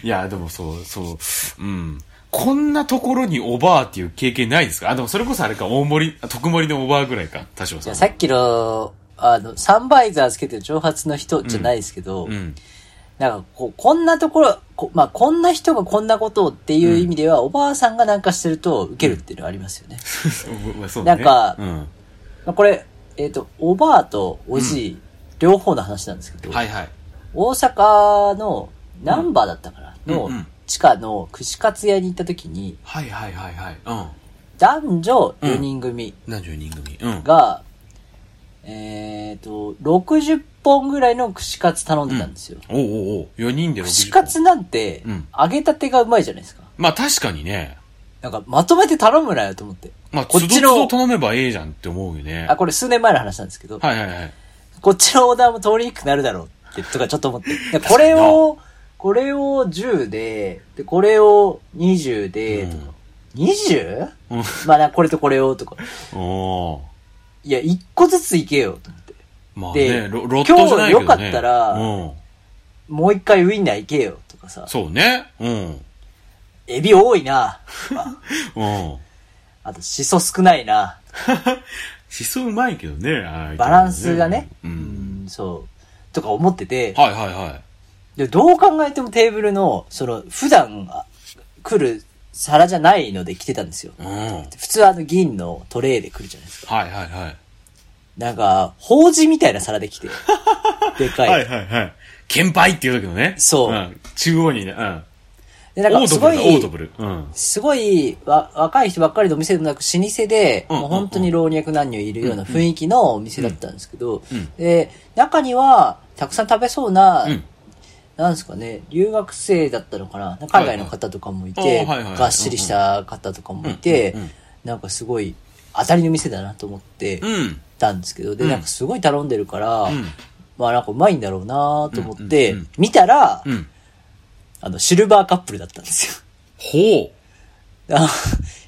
Speaker 3: いや、でもそう、そう、うん。こんなところにおばあっていう経験ないですかあ、でもそれこそあれか、大盛り、あ特盛りのおばあぐらいか、多少
Speaker 2: じ
Speaker 3: さ
Speaker 2: ゃ
Speaker 3: ん。
Speaker 2: さっきの、あの、サンバイザーつけてる長髪の人じゃないですけど、
Speaker 3: うん。
Speaker 2: なんかこう、こんなところ、こまあ、こんな人がこんなことをっていう意味では、おばあさんがなんかしてると受けるっていうのはありますよね。
Speaker 3: まあそうだね。
Speaker 2: なんか
Speaker 3: うん。
Speaker 2: まあ、これ、えっ、と、おばあとおじい、両方の話なんですけど、
Speaker 3: はいはい。
Speaker 2: 大阪の難波だったから、
Speaker 3: う
Speaker 2: の
Speaker 3: んうん
Speaker 2: 地下の串カツ屋に行った時に、
Speaker 3: はいはいはいはい。う
Speaker 2: 男女4人組
Speaker 3: ん。何十人組。うん。
Speaker 2: が、えっ、と、60本ぐらいの串カツ頼んでたんですよ。
Speaker 3: おうおうおう。4人で60
Speaker 2: 串カツなんて
Speaker 3: うん、
Speaker 2: 揚げたてがうまいじゃないですか。
Speaker 3: まあ確かにね。
Speaker 2: なんかまとめて頼むなよと思って。
Speaker 3: まあ、
Speaker 2: こ
Speaker 3: こ
Speaker 2: っ
Speaker 3: っ
Speaker 2: ち
Speaker 3: ち
Speaker 2: の
Speaker 3: の。頼めばええじゃんって思うよね。
Speaker 2: あ、これ数年前の話なんですけど、
Speaker 3: はいはいはい。
Speaker 2: こっちのオーダーも通りにくくなるだろうって、とかちょっと思 って。でこれを、これを10で、で、これを20で、とか。20?
Speaker 3: うん
Speaker 2: まあな、これとこれを、とか。
Speaker 3: おー。
Speaker 2: いや、1個ずついけよ、と思って。
Speaker 3: まあ
Speaker 2: で
Speaker 3: ね、ロロットじゃないけどね。
Speaker 2: 今日よかったら
Speaker 3: うん。
Speaker 2: もう一回ウインナーいけよ、とかさ。
Speaker 3: そうね。うん。
Speaker 2: エビ多いな。
Speaker 3: うん。
Speaker 2: あと、シソ少ないな。
Speaker 3: しそうまいけどね、ああ
Speaker 2: バランスがね。
Speaker 3: う。
Speaker 2: うんん、そう。とか思ってて、
Speaker 3: はいはいはい。
Speaker 2: でどう考えてもテーブルの、その、普段あ来る皿じゃないので来てたんですよ。
Speaker 3: うん。はい
Speaker 2: 普通はあの銀のトレイで来るじゃないですか。
Speaker 3: はいはい。
Speaker 2: なんか、法事みたいな皿で 来て。でかい。
Speaker 3: はいはいはい。剣杯っていう時のね。。
Speaker 2: そうん
Speaker 3: 中央にね、うん。
Speaker 2: で、なん
Speaker 3: オ
Speaker 2: か
Speaker 3: ード
Speaker 2: す
Speaker 3: ブ
Speaker 2: ご
Speaker 3: ルだ、オード
Speaker 2: い、
Speaker 3: ブル。うん。
Speaker 2: すごいわ、若い人ばっかりのお店でもなく、老舗で、
Speaker 3: うん
Speaker 2: もう本当に老若男女いるような雰囲気のお店だったんですけど、
Speaker 3: うん
Speaker 2: で、中には、たくさん食べそうな、
Speaker 3: うん。
Speaker 2: なんですかね、留学生だったのかな海外の方とかもいて、
Speaker 3: はいはいあーはいはいはい
Speaker 2: がっしりした方とかもいて、
Speaker 3: うんうんうん
Speaker 2: なんかすごい、当たりの店だなと思って
Speaker 3: うん。
Speaker 2: たんですけど、で、
Speaker 3: うん
Speaker 2: なんかすごい頼んでるから、
Speaker 3: うん
Speaker 2: まあなんかうまいんだろうなと思って、
Speaker 3: うんうんうん
Speaker 2: 見たら、
Speaker 3: うん。
Speaker 2: あの、シルバーカップルだったんです
Speaker 3: ほう。
Speaker 2: よ。あの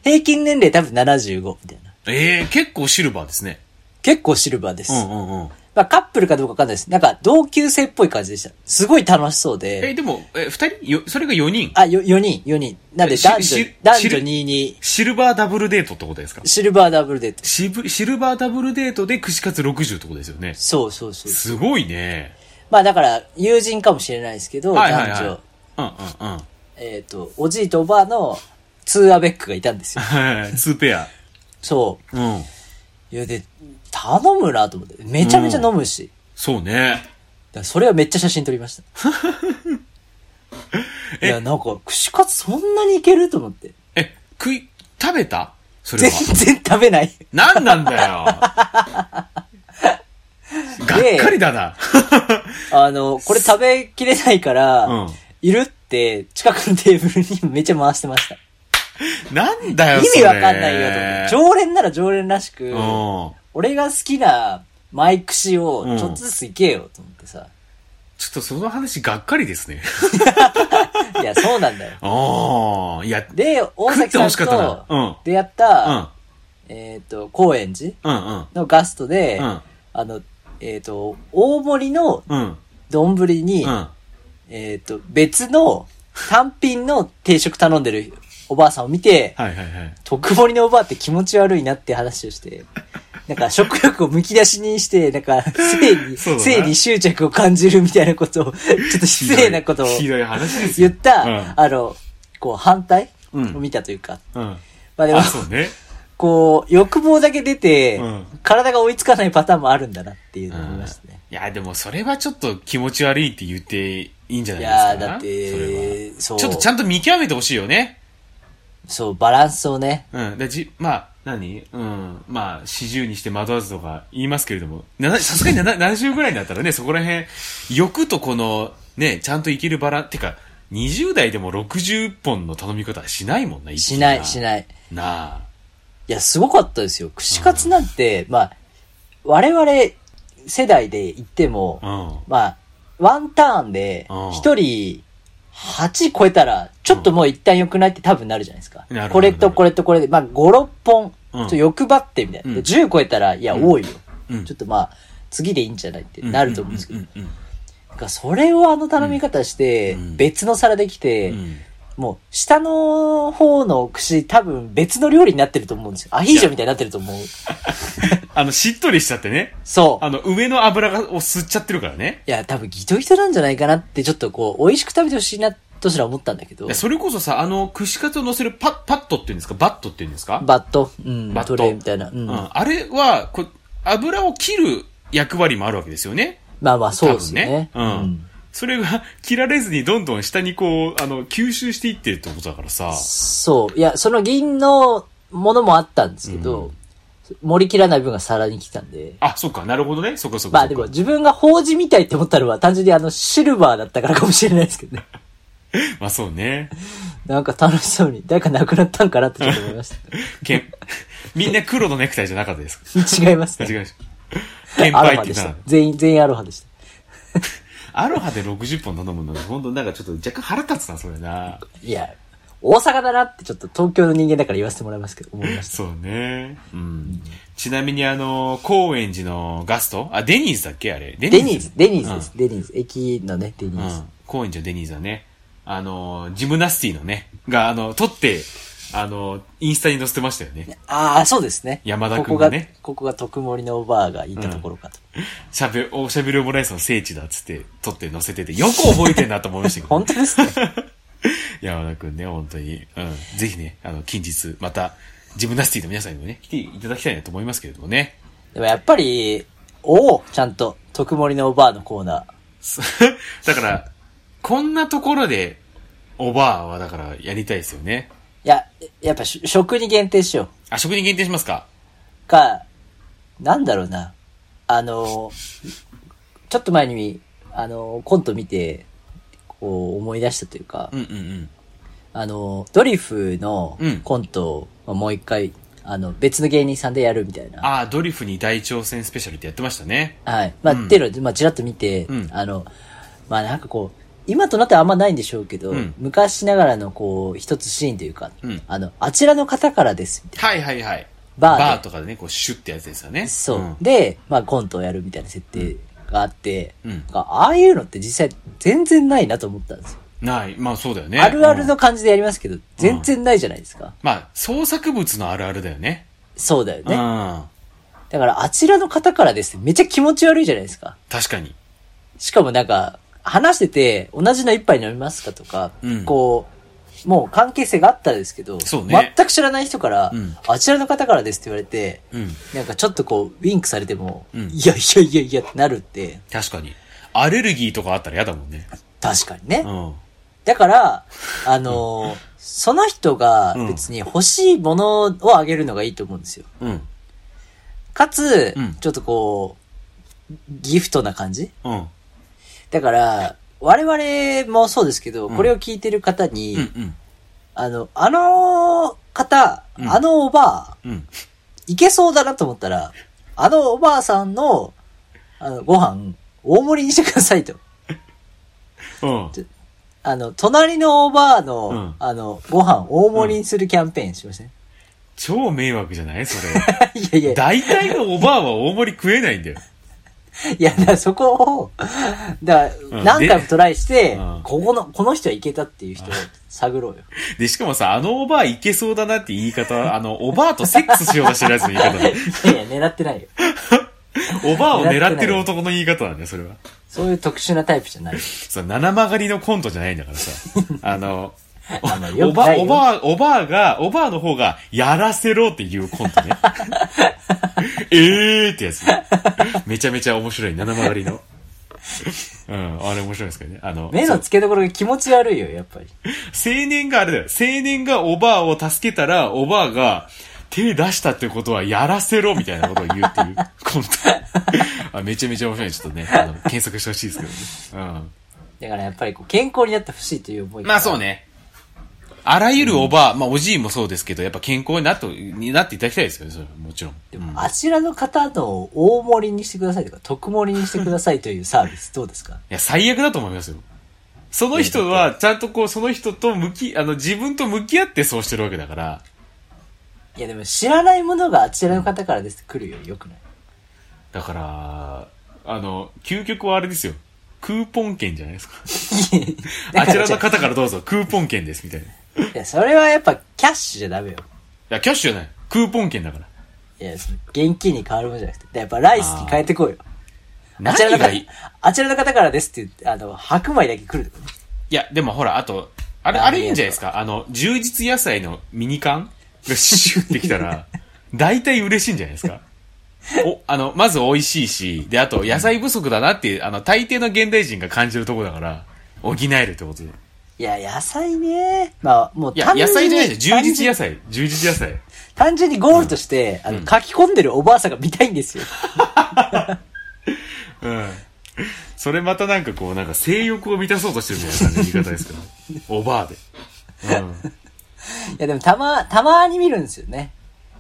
Speaker 2: 平均年齢多分75みたいな。
Speaker 3: ええ結構シルバーですね。
Speaker 2: 結構シルバーです。
Speaker 3: うんうんうん。
Speaker 2: まあカップルかどうかわかんないです。なんか同級生っぽい感じでした。すごい楽しそうで。
Speaker 3: えでも、え、二人よ、それが四人。
Speaker 2: あ、よ、4人、4人。なんで
Speaker 3: し
Speaker 2: 男
Speaker 3: し
Speaker 2: 女、男
Speaker 3: し
Speaker 2: 女
Speaker 3: る
Speaker 2: 22、
Speaker 3: シルバーダブルデートってことですか
Speaker 2: シルバーダブルデート。
Speaker 3: シブシルバーダブルデートで串カツ60ってことですよね。
Speaker 2: そうそうそう。
Speaker 3: すごいね。
Speaker 2: まあだから、友人かもしれないですけど、
Speaker 3: はいはいはい。
Speaker 2: 男女、
Speaker 3: うんうんうん。
Speaker 2: えっ、と、おじいとおばあの、ツーアベックがいたんですよ。
Speaker 3: はい、2ペア。
Speaker 2: そ
Speaker 3: うん。
Speaker 2: う。いや、で、頼むなと思って。めちゃめちゃ飲むし。
Speaker 3: そうね。
Speaker 2: だからそれはめっちゃ写真撮りま した。いや、なんか、串カツそんなにいけると思って。
Speaker 3: え、食い、食べたそれ
Speaker 2: 全
Speaker 3: は。
Speaker 2: 然食べない。
Speaker 3: 何なんだ よ。がっかり だな。
Speaker 2: あの、これ食べきれないから、
Speaker 3: うん
Speaker 2: いるって、近くのテーブルにめっちゃ回してました。
Speaker 3: なんだよ、
Speaker 2: 意
Speaker 3: それ
Speaker 2: 味わかんないよと思って。常連なら常連らしく、
Speaker 3: うん。
Speaker 2: 俺が好きなマイクシをちょっとずついけよと思ってさ。
Speaker 3: ちょっとその話がっかりですね。
Speaker 2: いや、そうなんだよ。
Speaker 3: ああ、いや、
Speaker 2: で、大崎
Speaker 3: 食って
Speaker 2: さ
Speaker 3: ほ
Speaker 2: ん
Speaker 3: しかったなうん
Speaker 2: と出会った、
Speaker 3: う
Speaker 2: えっ、と、高円寺
Speaker 3: ん、うん、うん。
Speaker 2: のガストで、
Speaker 3: うん
Speaker 2: あの、えっ、と、大盛りの
Speaker 3: うん。
Speaker 2: 丼に、
Speaker 3: うん。
Speaker 2: えっ、と、別の単品の定食頼んでるおばあさんを見て、
Speaker 3: はいはいはい。
Speaker 2: 特盛りのおばあって気持ち悪いなって話をして、なんか食欲をむき出しにして、なんか性に、
Speaker 3: そうだな
Speaker 2: 性に執着を感じるみたいなことを、ちょっと失礼なことを
Speaker 3: ひどい話です
Speaker 2: 言
Speaker 3: よ。
Speaker 2: った、
Speaker 3: うん
Speaker 2: あの、こう反対を
Speaker 3: うん
Speaker 2: 見たというか、
Speaker 3: うん。
Speaker 2: まあでも
Speaker 3: あ、、そ うね。
Speaker 2: こう、欲望だけ出て、
Speaker 3: うん
Speaker 2: 体が追いつかないパターンもあるんだなっていうのを思いましたね。
Speaker 3: いや、でもそれはちょっと気持ち悪いって言っていいんじゃ
Speaker 2: い
Speaker 3: な
Speaker 2: やー、
Speaker 3: いですか。
Speaker 2: だっ
Speaker 3: それ
Speaker 2: て、そ
Speaker 3: は。
Speaker 2: う、
Speaker 3: ちょっとちゃんと見極めてほしいよね。
Speaker 2: そう、バランスをね、
Speaker 3: うん。で、じ、まあ、何うん。まあ、四十にして惑わずとか言いますけれども、なさすがになな70ぐらいになったらね、そこら辺、欲とこの、ね、ちゃんといけるバラン、てか、20代でも60本の頼み方はしないもんな、一気
Speaker 2: し
Speaker 3: に
Speaker 2: ない、しない。
Speaker 3: なあ。
Speaker 2: いや、すごかったですよ。串カツなんて、まあ、我々世代で言っても、
Speaker 3: うん。
Speaker 2: まあ、ワンターンで
Speaker 3: う、ん
Speaker 2: 一人8超えたら、ちょっともう一旦良くないって多分なるじゃないですか
Speaker 3: なるほ。ど
Speaker 2: これとこれとこれで、まあ5、6本、ち
Speaker 3: うん
Speaker 2: ょっと欲張ってみたいな。
Speaker 3: うん
Speaker 2: で10超えたら、いや、
Speaker 3: うん
Speaker 2: 多いよ。
Speaker 3: うん
Speaker 2: ちょっとまあ、次でいいんじゃないってなると思うんですけど。
Speaker 3: うんうん
Speaker 2: だからそれをあの頼み方して
Speaker 3: う、ん
Speaker 2: 別の皿でき
Speaker 3: う
Speaker 2: て、
Speaker 3: んうん
Speaker 2: もう、下の方の串、多分別の料理になってると思うんですよ。アヒージョみたいになってると思う。
Speaker 3: あの、しっとりしちゃってね。
Speaker 2: そう。
Speaker 3: あの、上の油がを吸っちゃってるからね。
Speaker 2: いや、多分ギトギトなんじゃないかなって、ちょっとこう、美味しく食べてほしいな、とすら思ったんだけど
Speaker 3: いや。それこそさ、あの、串カツを乗せるパッ、パットっていうんですかバットっていうんですか
Speaker 2: バット、うん、
Speaker 3: バッ
Speaker 2: ト
Speaker 3: ト
Speaker 2: レイみたいな。うん。
Speaker 3: うん。
Speaker 2: ま
Speaker 3: あれは、こう油を切る役割もあるわけですよね。
Speaker 2: あまあ、そうですよね。
Speaker 3: 多分ね。うん。それが切られずにどんどん下にこう、あの、吸収していってるってことだからさ。
Speaker 2: そう。いや、その銀のものもあったんですけど、盛り切らない分が皿に来たんで。
Speaker 3: あ、そっか、なるほどね。そっかそっか。
Speaker 2: まあでも
Speaker 3: そっか
Speaker 2: 自分が法事みたいっ て思ったのは単純にあのシルバーだったからかもしれないですけどね。
Speaker 3: まあそうね。
Speaker 2: なんか楽しそうに、誰か亡くなったんかなってちょっと思いました。
Speaker 3: けん、みんな黒のネクタイじゃなかったですか
Speaker 2: 違います
Speaker 3: 違
Speaker 2: ね。
Speaker 3: いました。剣
Speaker 2: アロ
Speaker 3: 杯
Speaker 2: ハ
Speaker 3: って
Speaker 2: でした
Speaker 3: な。。
Speaker 2: 全員、全員アロハでした。
Speaker 3: アロハで60本頼むの、本当なんかちょっと若干腹立つな、それな。
Speaker 2: いや、大阪だなってちょっと東京の人間だから言わせてもらいますけど、思いました。
Speaker 3: そうね。うん。ちなみにあの、高円寺のガストあ、デニーズだっけあれ。デ
Speaker 2: デニーズ、デニーズ
Speaker 3: うん
Speaker 2: です。デニーズ。駅のね、デニ
Speaker 3: う
Speaker 2: ーズ
Speaker 3: ん。。高円寺のデニーズはね、あの、ジムナスティのね、が、あの、撮って、あの、インスタに載せてましたよね。
Speaker 2: ああ、そうですね。
Speaker 3: 山田
Speaker 2: こ
Speaker 3: 君
Speaker 2: こ
Speaker 3: が
Speaker 2: が
Speaker 3: ね、
Speaker 2: ここが特盛りのおばあがいたところかと。
Speaker 3: しゃべ、おしゃべりオムライスの聖地だっつって、撮って載せてて、よく覚えてんなと思いましたけど、
Speaker 2: 本当ですね。
Speaker 3: 山田くんね、本当に。うん。ぜひね、あの、近日、また、ジムナスティの皆さんにもね、来ていただきたいなと思いますけれどもね。
Speaker 2: でもやっぱり、おおちゃんと、特盛りのおばあのコーナ
Speaker 3: そ だから、こんなところで、おばあはだからやりたいですよね。
Speaker 2: ー。いや、やっぱし食に限定しよ
Speaker 3: あ、食に限定しますか
Speaker 2: う。か、なんだろうな。あのー、ちょっと前に、あのー、コント見て、こう思い出したというか、
Speaker 3: うんうん
Speaker 2: あのー、ドリフの
Speaker 3: うん
Speaker 2: コントをもう一回、あの、別の芸人さんでやるみたいな。
Speaker 3: ああ、ドリフに大挑戦スペシャルってやってましたね。
Speaker 2: はい。まあ、
Speaker 3: うん
Speaker 2: っていうのを、まあ、ちらっと見て、
Speaker 3: うん
Speaker 2: あの、まあ、なんかこう、今となってはあんまないんでしょうけど、
Speaker 3: うん
Speaker 2: 昔ながらのこう、一つシーンというか、
Speaker 3: うん
Speaker 2: あの、あちらの方からです、みたい
Speaker 3: はいはいはい。
Speaker 2: バーで
Speaker 3: とかでね、こう、シュッってやつですよね。
Speaker 2: な。そう。
Speaker 3: ん
Speaker 2: で、まあ、コントをやるみたいな設定があって、
Speaker 3: うん
Speaker 2: なんかああいうのって実際全然ないなと思ったんですよ。
Speaker 3: ない。まあそうだよね。
Speaker 2: あるある
Speaker 3: うん
Speaker 2: の感じでやりますけど、全然ないじゃないですか。
Speaker 3: まあ、創作物のあるあるだよね。
Speaker 2: そうだよ
Speaker 3: う
Speaker 2: ね。
Speaker 3: ん。
Speaker 2: だから、あちらの方からですってめっちゃ気持ち悪いじゃないですか。
Speaker 3: 確かに。
Speaker 2: しかもなんか、話してて、同じの一杯飲みますかとか、
Speaker 3: うん
Speaker 2: こう、もう関係性があったんですけど、
Speaker 3: そうね
Speaker 2: 全く知らない人から、
Speaker 3: うん
Speaker 2: あちらの方からですって言われて、
Speaker 3: うん。
Speaker 2: なんかちょっとこう、ウィンクされても、
Speaker 3: うん
Speaker 2: いやいやいやいやってなるって、
Speaker 3: 確かに。アレルギーとかあったら嫌だもんね。
Speaker 2: 確かにね。
Speaker 3: うん。
Speaker 2: だ から、あのーその人が
Speaker 3: うん
Speaker 2: 別に欲しいものをあげるのがいいと思うんですよ。
Speaker 3: うん。
Speaker 2: かつ、
Speaker 3: うん
Speaker 2: ちょっとこう、ギフトな感じ
Speaker 3: うん。
Speaker 2: だから、我々もそうですけど、これを聞いてる方に、
Speaker 3: うん。うん。
Speaker 2: あの、あの方、
Speaker 3: うん
Speaker 2: あのおばあ、
Speaker 3: うん。
Speaker 2: いけそうだなと思ったら、あのおばあさんの、あの、ご飯、大盛りにしてくださいと。
Speaker 3: うん。
Speaker 2: あの、隣のおばあの、
Speaker 3: うん
Speaker 2: あの、ご飯、大盛りにするキャンペーンしません、
Speaker 3: 超迷惑じゃないそ
Speaker 2: いや
Speaker 3: れ。
Speaker 2: いや、
Speaker 3: 大体のおばあは大盛り食えないんだよ。
Speaker 2: いや、だからそこを、だから、
Speaker 3: うん
Speaker 2: 何回もトライして、
Speaker 3: うん
Speaker 2: ここの、この人はいけたっていう人を探 ろうよ。
Speaker 3: で、しかもさ、あのおばあいけそうだなって言い方、あの、おばあとセックスしようとしてるやつの言い方だ。
Speaker 2: いやいや、狙ってないよ。
Speaker 3: おばあを狙ってる男の言い方なんだよ、それは。
Speaker 2: そういう特殊なタイプじゃない。
Speaker 3: さ、七曲がりのコントじゃないんだからさ。あの、
Speaker 2: あの
Speaker 3: お
Speaker 2: よく
Speaker 3: ば
Speaker 2: な、いよ
Speaker 3: おばあ、おばあが、おばあの方が、やらせろっていうコントね。 えーってやつ。めちゃめちゃ面白い、七曲がりの。うん、あれ面白いですけどね。あの、
Speaker 2: 目の付けどころが気持ち悪いよ、やっぱり。
Speaker 3: 青年があれだよ。青年がおばあを助けたら、おばあが、手出したってことはやらせろみたいなことを言うって いうコント。あめちゃめちゃ面白い。ちょっとね、あの、検索してほしいですけどね。
Speaker 2: だからやっぱりこう健康になってほしいという思
Speaker 3: う
Speaker 2: い
Speaker 3: ん。
Speaker 2: から
Speaker 3: まあそう。ね。あらゆるおばあ、まあおじいもそうですけど、やっぱ健康になって、になっていただきたいですよね、それはもちろん。
Speaker 2: でも、あちらの方の大盛りにしてくださいとか、特盛りにしてくださいというサービスどうですか
Speaker 3: いや、最悪だと思いますよ。その人は、ちゃんとこう、その人と向き、あの、自分と向き合ってそうしてるわけだから。
Speaker 2: いやでも知らないものがあちらの方からですって来るよりよくない
Speaker 3: だから、あの、究極はあれですよ。クーポン券じゃないです か。 あち らの方からどうぞ、クーポン券です、みたいな。い
Speaker 2: いや、それはやっぱキャッシュじゃダメよ。
Speaker 3: や、キャッシュじゃない。クーポン券だから。
Speaker 2: いや、その現金に変わるもんじゃなくて、やっぱライスに変えてこうよ。あちら
Speaker 3: 何
Speaker 2: の
Speaker 3: が
Speaker 2: 方
Speaker 3: いい、
Speaker 2: あちらの方からですって言って、あの、白米だけ来るとかね。
Speaker 3: いや、でもほら、あと、あれ、
Speaker 2: あ
Speaker 3: あれいいんじゃないですか。あの、充実野菜のミニ缶がシュッてきた ら、大体嬉しいんじゃないですか。お、あの、まず美味しいし、で、あと、野菜不足だなっていう、あの、大抵の現代人が感じるとこだから、補えるってことで。
Speaker 2: いや、野菜ね。まあ、もう
Speaker 3: いや、野菜じゃないで
Speaker 2: に
Speaker 3: すよ。充実野菜。充実野菜。
Speaker 2: 単純にゴールとして、あの、書き込んでるおばあさんが見たいんですよ。
Speaker 3: うん。それまたなんかこう、なんか性欲を満たそうとしてるみたいな感じの言い方ですから。おばあで。
Speaker 2: いやでもたま、たまに見るんですよね。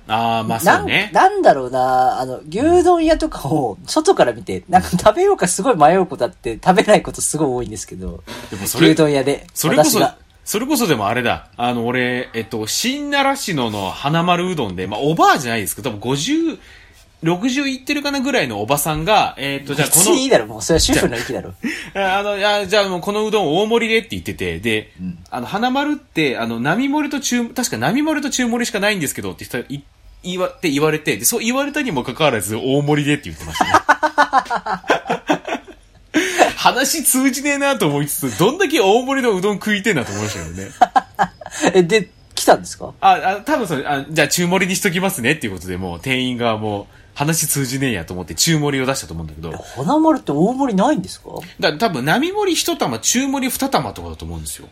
Speaker 3: ああ、まあそうね。
Speaker 2: なんなんだろうな、あの、牛丼屋とかを外から見て、なんか食べようかすごい迷うことあって、食べないことすごい多いんですけど、
Speaker 3: でもそれ
Speaker 2: 牛丼屋で。
Speaker 3: それこ
Speaker 2: 私
Speaker 3: そ
Speaker 2: が、
Speaker 3: それこそでもあれだ。あの、俺、えっと、新習志野の花丸うどんで、まあ、おばあじゃないですけど、多分50、60いってるかなぐらいのおばさんが、えっと、じゃあこ
Speaker 2: 別
Speaker 3: の、
Speaker 2: にいいだろ、もうそれは主婦の域だろ。
Speaker 3: あの、いやじゃあもうこのうどん大盛りでって言ってて、で、あの、花丸って、あの、並盛りと中、確か並盛りと中盛りしかないんですけどって人い言わって言われて、で、そう言われたにもかかわらず、大盛りでって言ってましたね。話通じねえなと思いつつ、どんだけ大盛りのうどん食いてえなと思いましたけどね。
Speaker 2: え、で、来たんですか
Speaker 3: あ、あ、多分それ、あ、じゃあ中盛りにしときますねっていうことで、もう店員側も話通じねえやと思って中盛りを出したと思うんだけど、
Speaker 2: 花丸って大盛りないんですか
Speaker 3: だ多分並盛り一玉、中盛り二玉とかだと思うんですよ。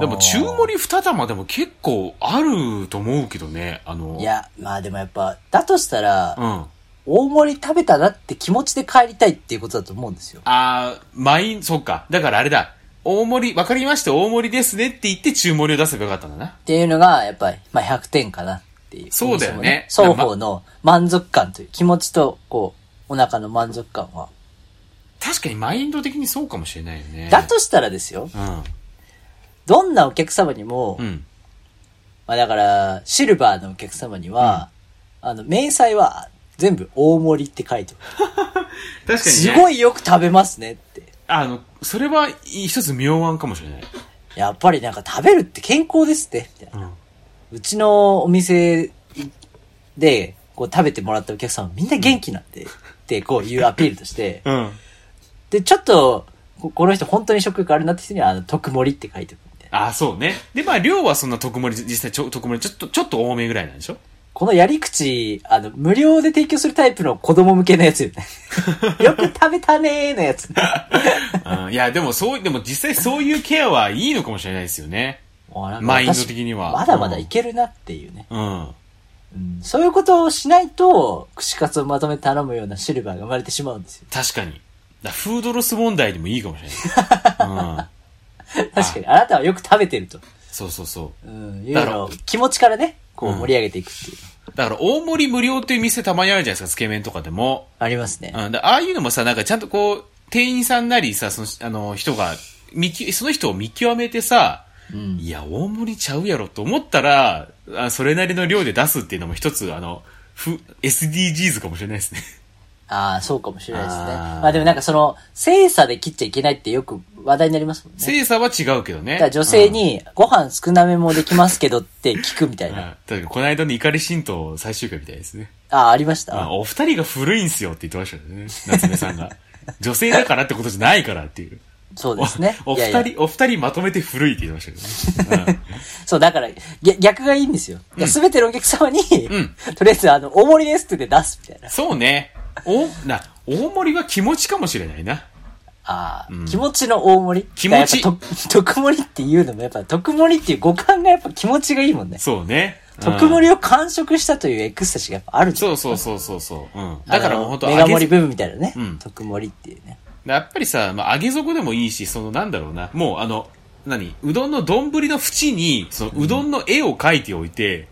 Speaker 3: でも中盛り二玉でも結構あると思うけどね、あの。
Speaker 2: いや、まあでもやっぱ、だとしたら、
Speaker 3: うん。あ
Speaker 2: 大盛り食べたなって気持ちで帰りたいっていうことだと思うんですよ。
Speaker 3: あー、マイン、そっか。だからあれだ。大盛り、わかりました、大盛りですねって言って中盛りを出せばよかったんだな。
Speaker 2: っていうのが、やっぱり、まあ100点かなっていう。
Speaker 3: そうだよね
Speaker 2: そもそも双方の満足感という、気持ちと、こう、お腹の満足感は。
Speaker 3: 確かにマインド的にそうかもしれないよね。
Speaker 2: だとしたらですよ、どんなお客様にも、
Speaker 3: うん。うん。
Speaker 2: まあだから、シルバーのお客様には、あの、明細は全部大盛りって書いてあ
Speaker 3: 確かにね。
Speaker 2: る。すごいよく食べますねって。
Speaker 3: あの、それは一つ妙案かもしれない。
Speaker 2: やっぱりなんか食べるって健康ですって、みたいな。うちのお店で、こう食べてもらったお客さんはみんな元気なんで、ってこういうアピールとして、
Speaker 3: うん。
Speaker 2: で、ちょっと、ここの人本当に食欲あるなって人には、あの、特盛りって書いておくみたいな。
Speaker 3: ああ、そうね。で、まあ、量はそんな特盛り、実際ちょ特盛り、ちょっと、ちょっと多めぐらいなんでしょ
Speaker 2: このやり口、あの、無料で提供するタイプの子供向けのやつよ ね。よく食べたねーのやつ。
Speaker 3: うん。いや、でもそう、でも実際そういうケアはいいのかもしれないですよね。
Speaker 2: おなんか私
Speaker 3: マインド的には
Speaker 2: まだまだいけるなっていうね。
Speaker 3: うん。
Speaker 2: うんそういうことをしないと、串カツをまとめて頼むようなシルバーが生まれてしまうんですよ。
Speaker 3: 確かに。だフードロス問題でもいいかもし れない。うん。
Speaker 2: 確かに、あなたはよく食べてると。
Speaker 3: そうそうそ
Speaker 2: う
Speaker 3: う。
Speaker 2: ん、いう
Speaker 3: だ
Speaker 2: の
Speaker 3: ろ
Speaker 2: を気持ちからね、こう
Speaker 3: うん
Speaker 2: 盛り上げていくっていう。
Speaker 3: だから、大盛り無料っていう店たまにあるじゃないですか、つけ麺とかでも。
Speaker 2: ありますね。
Speaker 3: うん。だああいうのもさ、なんかちゃんとこう、店員さんなりさ、その、あの、人が、見き、その人を見極めてさ、いや、大盛りちゃうやろと思ったら、あそれなりの量で出すっていうのも一つ、あの、ふ、SDGs かもしれないですね。
Speaker 2: ああ、そうかもしれないですね。
Speaker 3: あー
Speaker 2: まあでもなんかその、精査で切っちゃいけないってよく話題になりますもんね。
Speaker 3: 精査は違うけどね。
Speaker 2: だから女性に、ご飯少なめもできますけどって聞くみたい
Speaker 3: うん。
Speaker 2: な。
Speaker 3: うん確かにこの間の怒り神道最終回みたいですね。
Speaker 2: ああ、ありました。
Speaker 3: あお二人が古いんすよって言ってましたよね。夏目さ んが。女性だからってことじゃないからっていう。
Speaker 2: そうですね。
Speaker 3: おお
Speaker 2: い
Speaker 3: 二
Speaker 2: や
Speaker 3: 人
Speaker 2: いや
Speaker 3: お二人まとめて古いって言ってましたけど ね。
Speaker 2: そう、だから、逆逆がいいんですよ。すべてのお客様に、
Speaker 3: ん
Speaker 2: とりあえず、あの、大盛りですって言って出すみたいな
Speaker 3: うん。そうね。お、な、大盛りは気持ちかもしれないな。
Speaker 2: ああ、気持ちの大盛り。
Speaker 3: 気持ち
Speaker 2: だからやっぱと 特盛りっていうのも、やっぱ、特盛りっていう五感がやっぱ気持ちがいいもんね。
Speaker 3: そうね。うん
Speaker 2: 特盛りを完食したというエクスタシーがやっぱあるじゃん。
Speaker 3: そうそうそうそうそう。うん。だからもう本当
Speaker 2: あのメ
Speaker 3: 揚
Speaker 2: ガ
Speaker 3: げ
Speaker 2: 盛りブームみたいなね。
Speaker 3: うん
Speaker 2: 特盛りっていうね。
Speaker 3: やっぱりさ、まあ、揚げ底でもいいし、そのなんだろうな、もうあの、何うどんの丼の縁に、そのうどんの絵を描いておいて、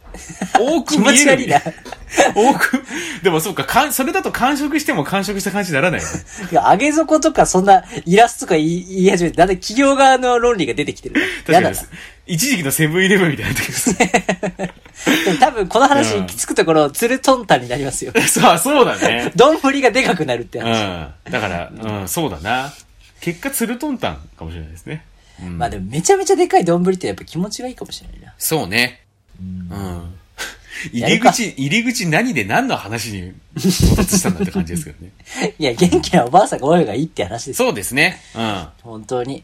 Speaker 3: 多く
Speaker 2: 気
Speaker 3: 見
Speaker 2: 持ち
Speaker 3: え
Speaker 2: 悪い
Speaker 3: る。
Speaker 2: な。
Speaker 3: 多く、でもそうか、かん、それだと完食しても完食した感じにならないよね。
Speaker 2: い や上げ底とかそんなイラストとか言い言い始めて、だんだん企業側の論理が出てきてる。
Speaker 3: 確
Speaker 2: や
Speaker 3: か
Speaker 2: だ
Speaker 3: に
Speaker 2: な。
Speaker 3: です。一時期のセブンイレブンみたいな時です。
Speaker 2: でも多分この話
Speaker 3: うん
Speaker 2: 行き着くところ、ツルトンタンになりますよ。
Speaker 3: そう、そうだね。
Speaker 2: 丼がでかくなるって
Speaker 3: う
Speaker 2: 話。
Speaker 3: ん。だから、うん、そうだな。結果、ツルトンタンかもしれないですね。うん
Speaker 2: まあでもめちゃめちゃでかい丼ってやっぱ気持ちがいいかもしれないな。
Speaker 3: そうね。うん。 入
Speaker 2: や
Speaker 3: り
Speaker 2: るか
Speaker 3: 口、入り口何で何の話に到達したんだって感じですけどね。
Speaker 2: いや、元気なおばあさんが多い方がいいって話ですよ。
Speaker 3: そうですね。うん。
Speaker 2: 本当に。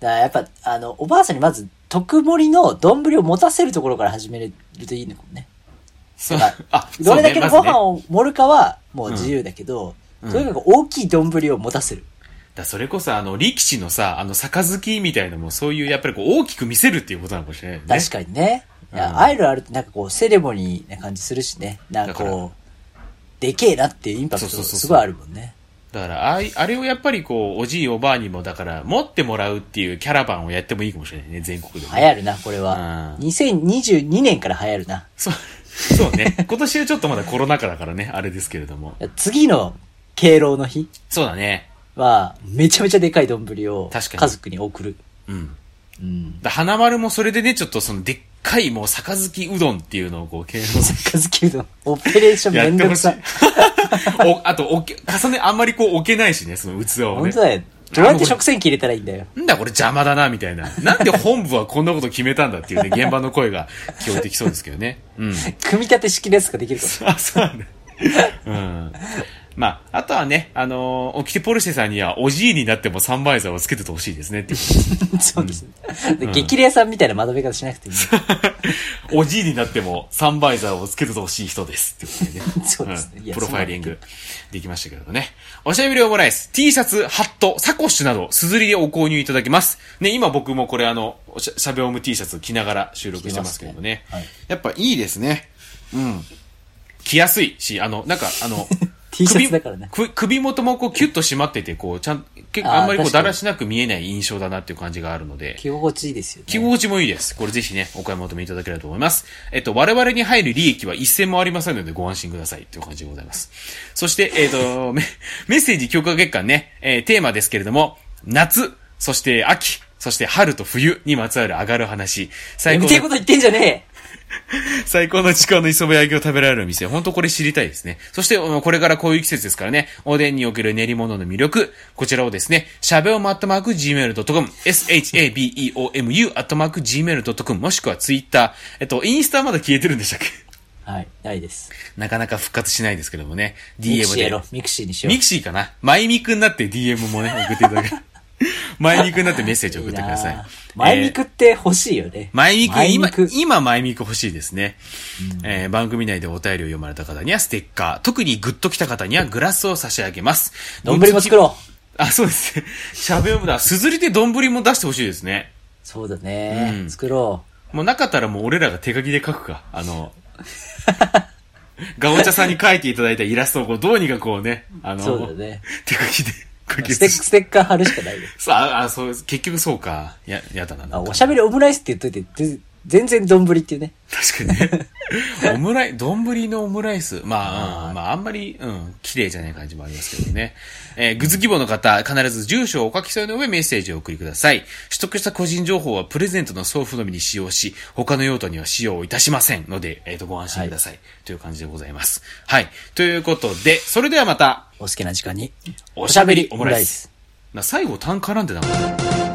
Speaker 2: だからやっぱ、あの、おばあさんにまず、特盛りの丼を持たせるところから始めれるといいのかもね。
Speaker 3: そう
Speaker 2: だか。
Speaker 3: あ、
Speaker 2: どれだけ
Speaker 3: そ
Speaker 2: の
Speaker 3: うね
Speaker 2: ご
Speaker 3: ま
Speaker 2: 飯
Speaker 3: ずね
Speaker 2: を盛るかは、もう自由だけど、とにかく大きい丼を持たせる。
Speaker 3: だそれこそ、あの、力士のさ、あの、杯みたいのも、そういう、やっぱりこう、大きく見せるっていうことなのかもしれないよね。
Speaker 2: 確かにね。いや、アイルあるとなんかこう、セレモニーな感じするしね。なんか
Speaker 3: だから
Speaker 2: こう、でけえなっていうインパクト
Speaker 3: そうそうそうそう
Speaker 2: すごいあるもんね。
Speaker 3: だから、あいあれをやっぱりこう、おじいおばあにも、だから、持ってもらうっていうキャラバンをやってもいいかもしれないね、全国でも
Speaker 2: 流。行るな、これは。
Speaker 3: うん
Speaker 2: 2022年から流行るな。
Speaker 3: そう、そうね。今年はちょっとまだコロナ禍だからね、あれですけれども。
Speaker 2: 次の敬老の日
Speaker 3: そうだね。
Speaker 2: は、めちゃめちゃでかい丼を
Speaker 3: 確かに
Speaker 2: 家族に送る。
Speaker 3: うん。
Speaker 2: うん。
Speaker 3: だ花丸もそれでね、ちょっとその、でっかいもう、杯うどんっていうのをこう、継承
Speaker 2: カズキうどん、オペレーション
Speaker 3: や
Speaker 2: め
Speaker 3: っ
Speaker 2: ん
Speaker 3: て
Speaker 2: ど
Speaker 3: ほ
Speaker 2: く
Speaker 3: しい
Speaker 2: さ。。
Speaker 3: お、あと、おけ、重ね、あんまりこう置けないしね、その器を
Speaker 2: 本
Speaker 3: ね
Speaker 2: 当。だよ。どうやって食洗機入れたらいいんだよ。
Speaker 3: なんだこれ邪魔だな、みたいな。なんで本部はこんなこと決めたんだっていう ね、現場の声が聞こえてきそうですけどね。うん。
Speaker 2: 組み立て式のやつができるか
Speaker 3: あ、そうなんだ。 うん。まあ、あとはね、あのー、オキテポルシェさんには、おじいになってもサンバイザーをつけててほしいですねっていう。
Speaker 2: ら。 そうですね。で激レアさんみたいなまとめ方しなくていい。
Speaker 3: おじいになってもサンバイザーをつけててほしい人ですってことでね。
Speaker 2: そうですねい
Speaker 3: ん
Speaker 2: や
Speaker 3: プロファイリングできましたけれどね。おしゃべりオムライス、T シャツ、ハット、サコッシュなど、すずりでお購入いただけます。ね、今僕もこれあの、おしゃしゃべオム T シャツ着ながら収録してますけれどね。
Speaker 2: 着てますねはい
Speaker 3: やっぱいいですね。うん。着やすいし、あの、なんか、あの、
Speaker 2: T シャツだからね
Speaker 3: 首。く首元もこうキュッと締まってて、こう、ちゃん、結構
Speaker 2: あー
Speaker 3: あんまりこう
Speaker 2: 確か
Speaker 3: だ
Speaker 2: に
Speaker 3: らしなく見えない印象だなっていう感じがあるので。
Speaker 2: 着心地いいですよ
Speaker 3: 着
Speaker 2: ね。
Speaker 3: 心地もいいです。これぜひね、お買い求めいただければと思います。えっと、我々に入る利益は一銭もありませんのでご安心くださいという感じでございます。そして、えっと、メメッセージ強化月間ね、えーテーマですけれども、夏、そして秋、そして春と冬にまつわる上がる話。最
Speaker 2: やめ
Speaker 3: 高の
Speaker 2: てること言ってんじゃね
Speaker 3: 最高の時間の磯辺揚げを食べられる店。本当これ知りたいですね。そして、うんこれからこういう季節ですからね、おでんにおける練り物の魅力、こちらをですね、しゃべおまっとマーク gmail.com、shabeomu アットマーク gmail.com、もしくはツイッター、えっと、インスタまだ消えてるんでしたっけ
Speaker 2: えはい、ないです。
Speaker 3: なかなか復活しないですけどもね、
Speaker 2: ミク
Speaker 3: DM
Speaker 2: シーや
Speaker 3: で
Speaker 2: ろ。。ミクシーにしよう
Speaker 3: ミ。クシーかなマイミクになって DM もね、送っていただけ。 マイミクになってメッセージ送ってください
Speaker 2: なあ。前ミクって欲しいよね。
Speaker 3: 前ミク、
Speaker 2: 前
Speaker 3: 今
Speaker 2: ミク、
Speaker 3: 今前ミク欲しいですね。えー番組内でお便りを読まれた方にはステッカー、特にグッと来た方にはグラスを差し上げます。
Speaker 2: 丼も作ろう。
Speaker 3: う。あ、そうです。しゃべむだ。すずりで丼も出してほしいですね。
Speaker 2: そうだね、
Speaker 3: うん
Speaker 2: 作ろ
Speaker 3: もうなかったらもう俺らが手書きで書くか。あの、ガオチャさんに書いていただいたイラストをこうどうにかこうね、あ
Speaker 2: う。
Speaker 3: の、
Speaker 2: そうだね。
Speaker 3: 手書きで書き
Speaker 2: ステッステッカー貼るしかないよ。
Speaker 3: さあ、あ、そう、結局そうか。や、やだな。
Speaker 2: あ、おしゃべりオムライスって言っといて、ぜ全然丼っていうね。
Speaker 3: 確かに ね。オムライ、丼のオムライス。まあ、うん、まあ、あんまり、うん、綺麗じゃない感じもありますけどね。えーグズ希望の方、必ず住所をお書き添えの上メッセージをお送りください。取得した個人情報はプレゼントの送付のみに使用し、他の用途には使用いたしませんので、えっ、と、ご安心ください,、という感じでございます。はい。ということで、それではまた、
Speaker 2: お好きな時間に。
Speaker 3: おしゃべりオムライ
Speaker 2: おしゃべり
Speaker 3: ス。な、最後単絡んでなかった。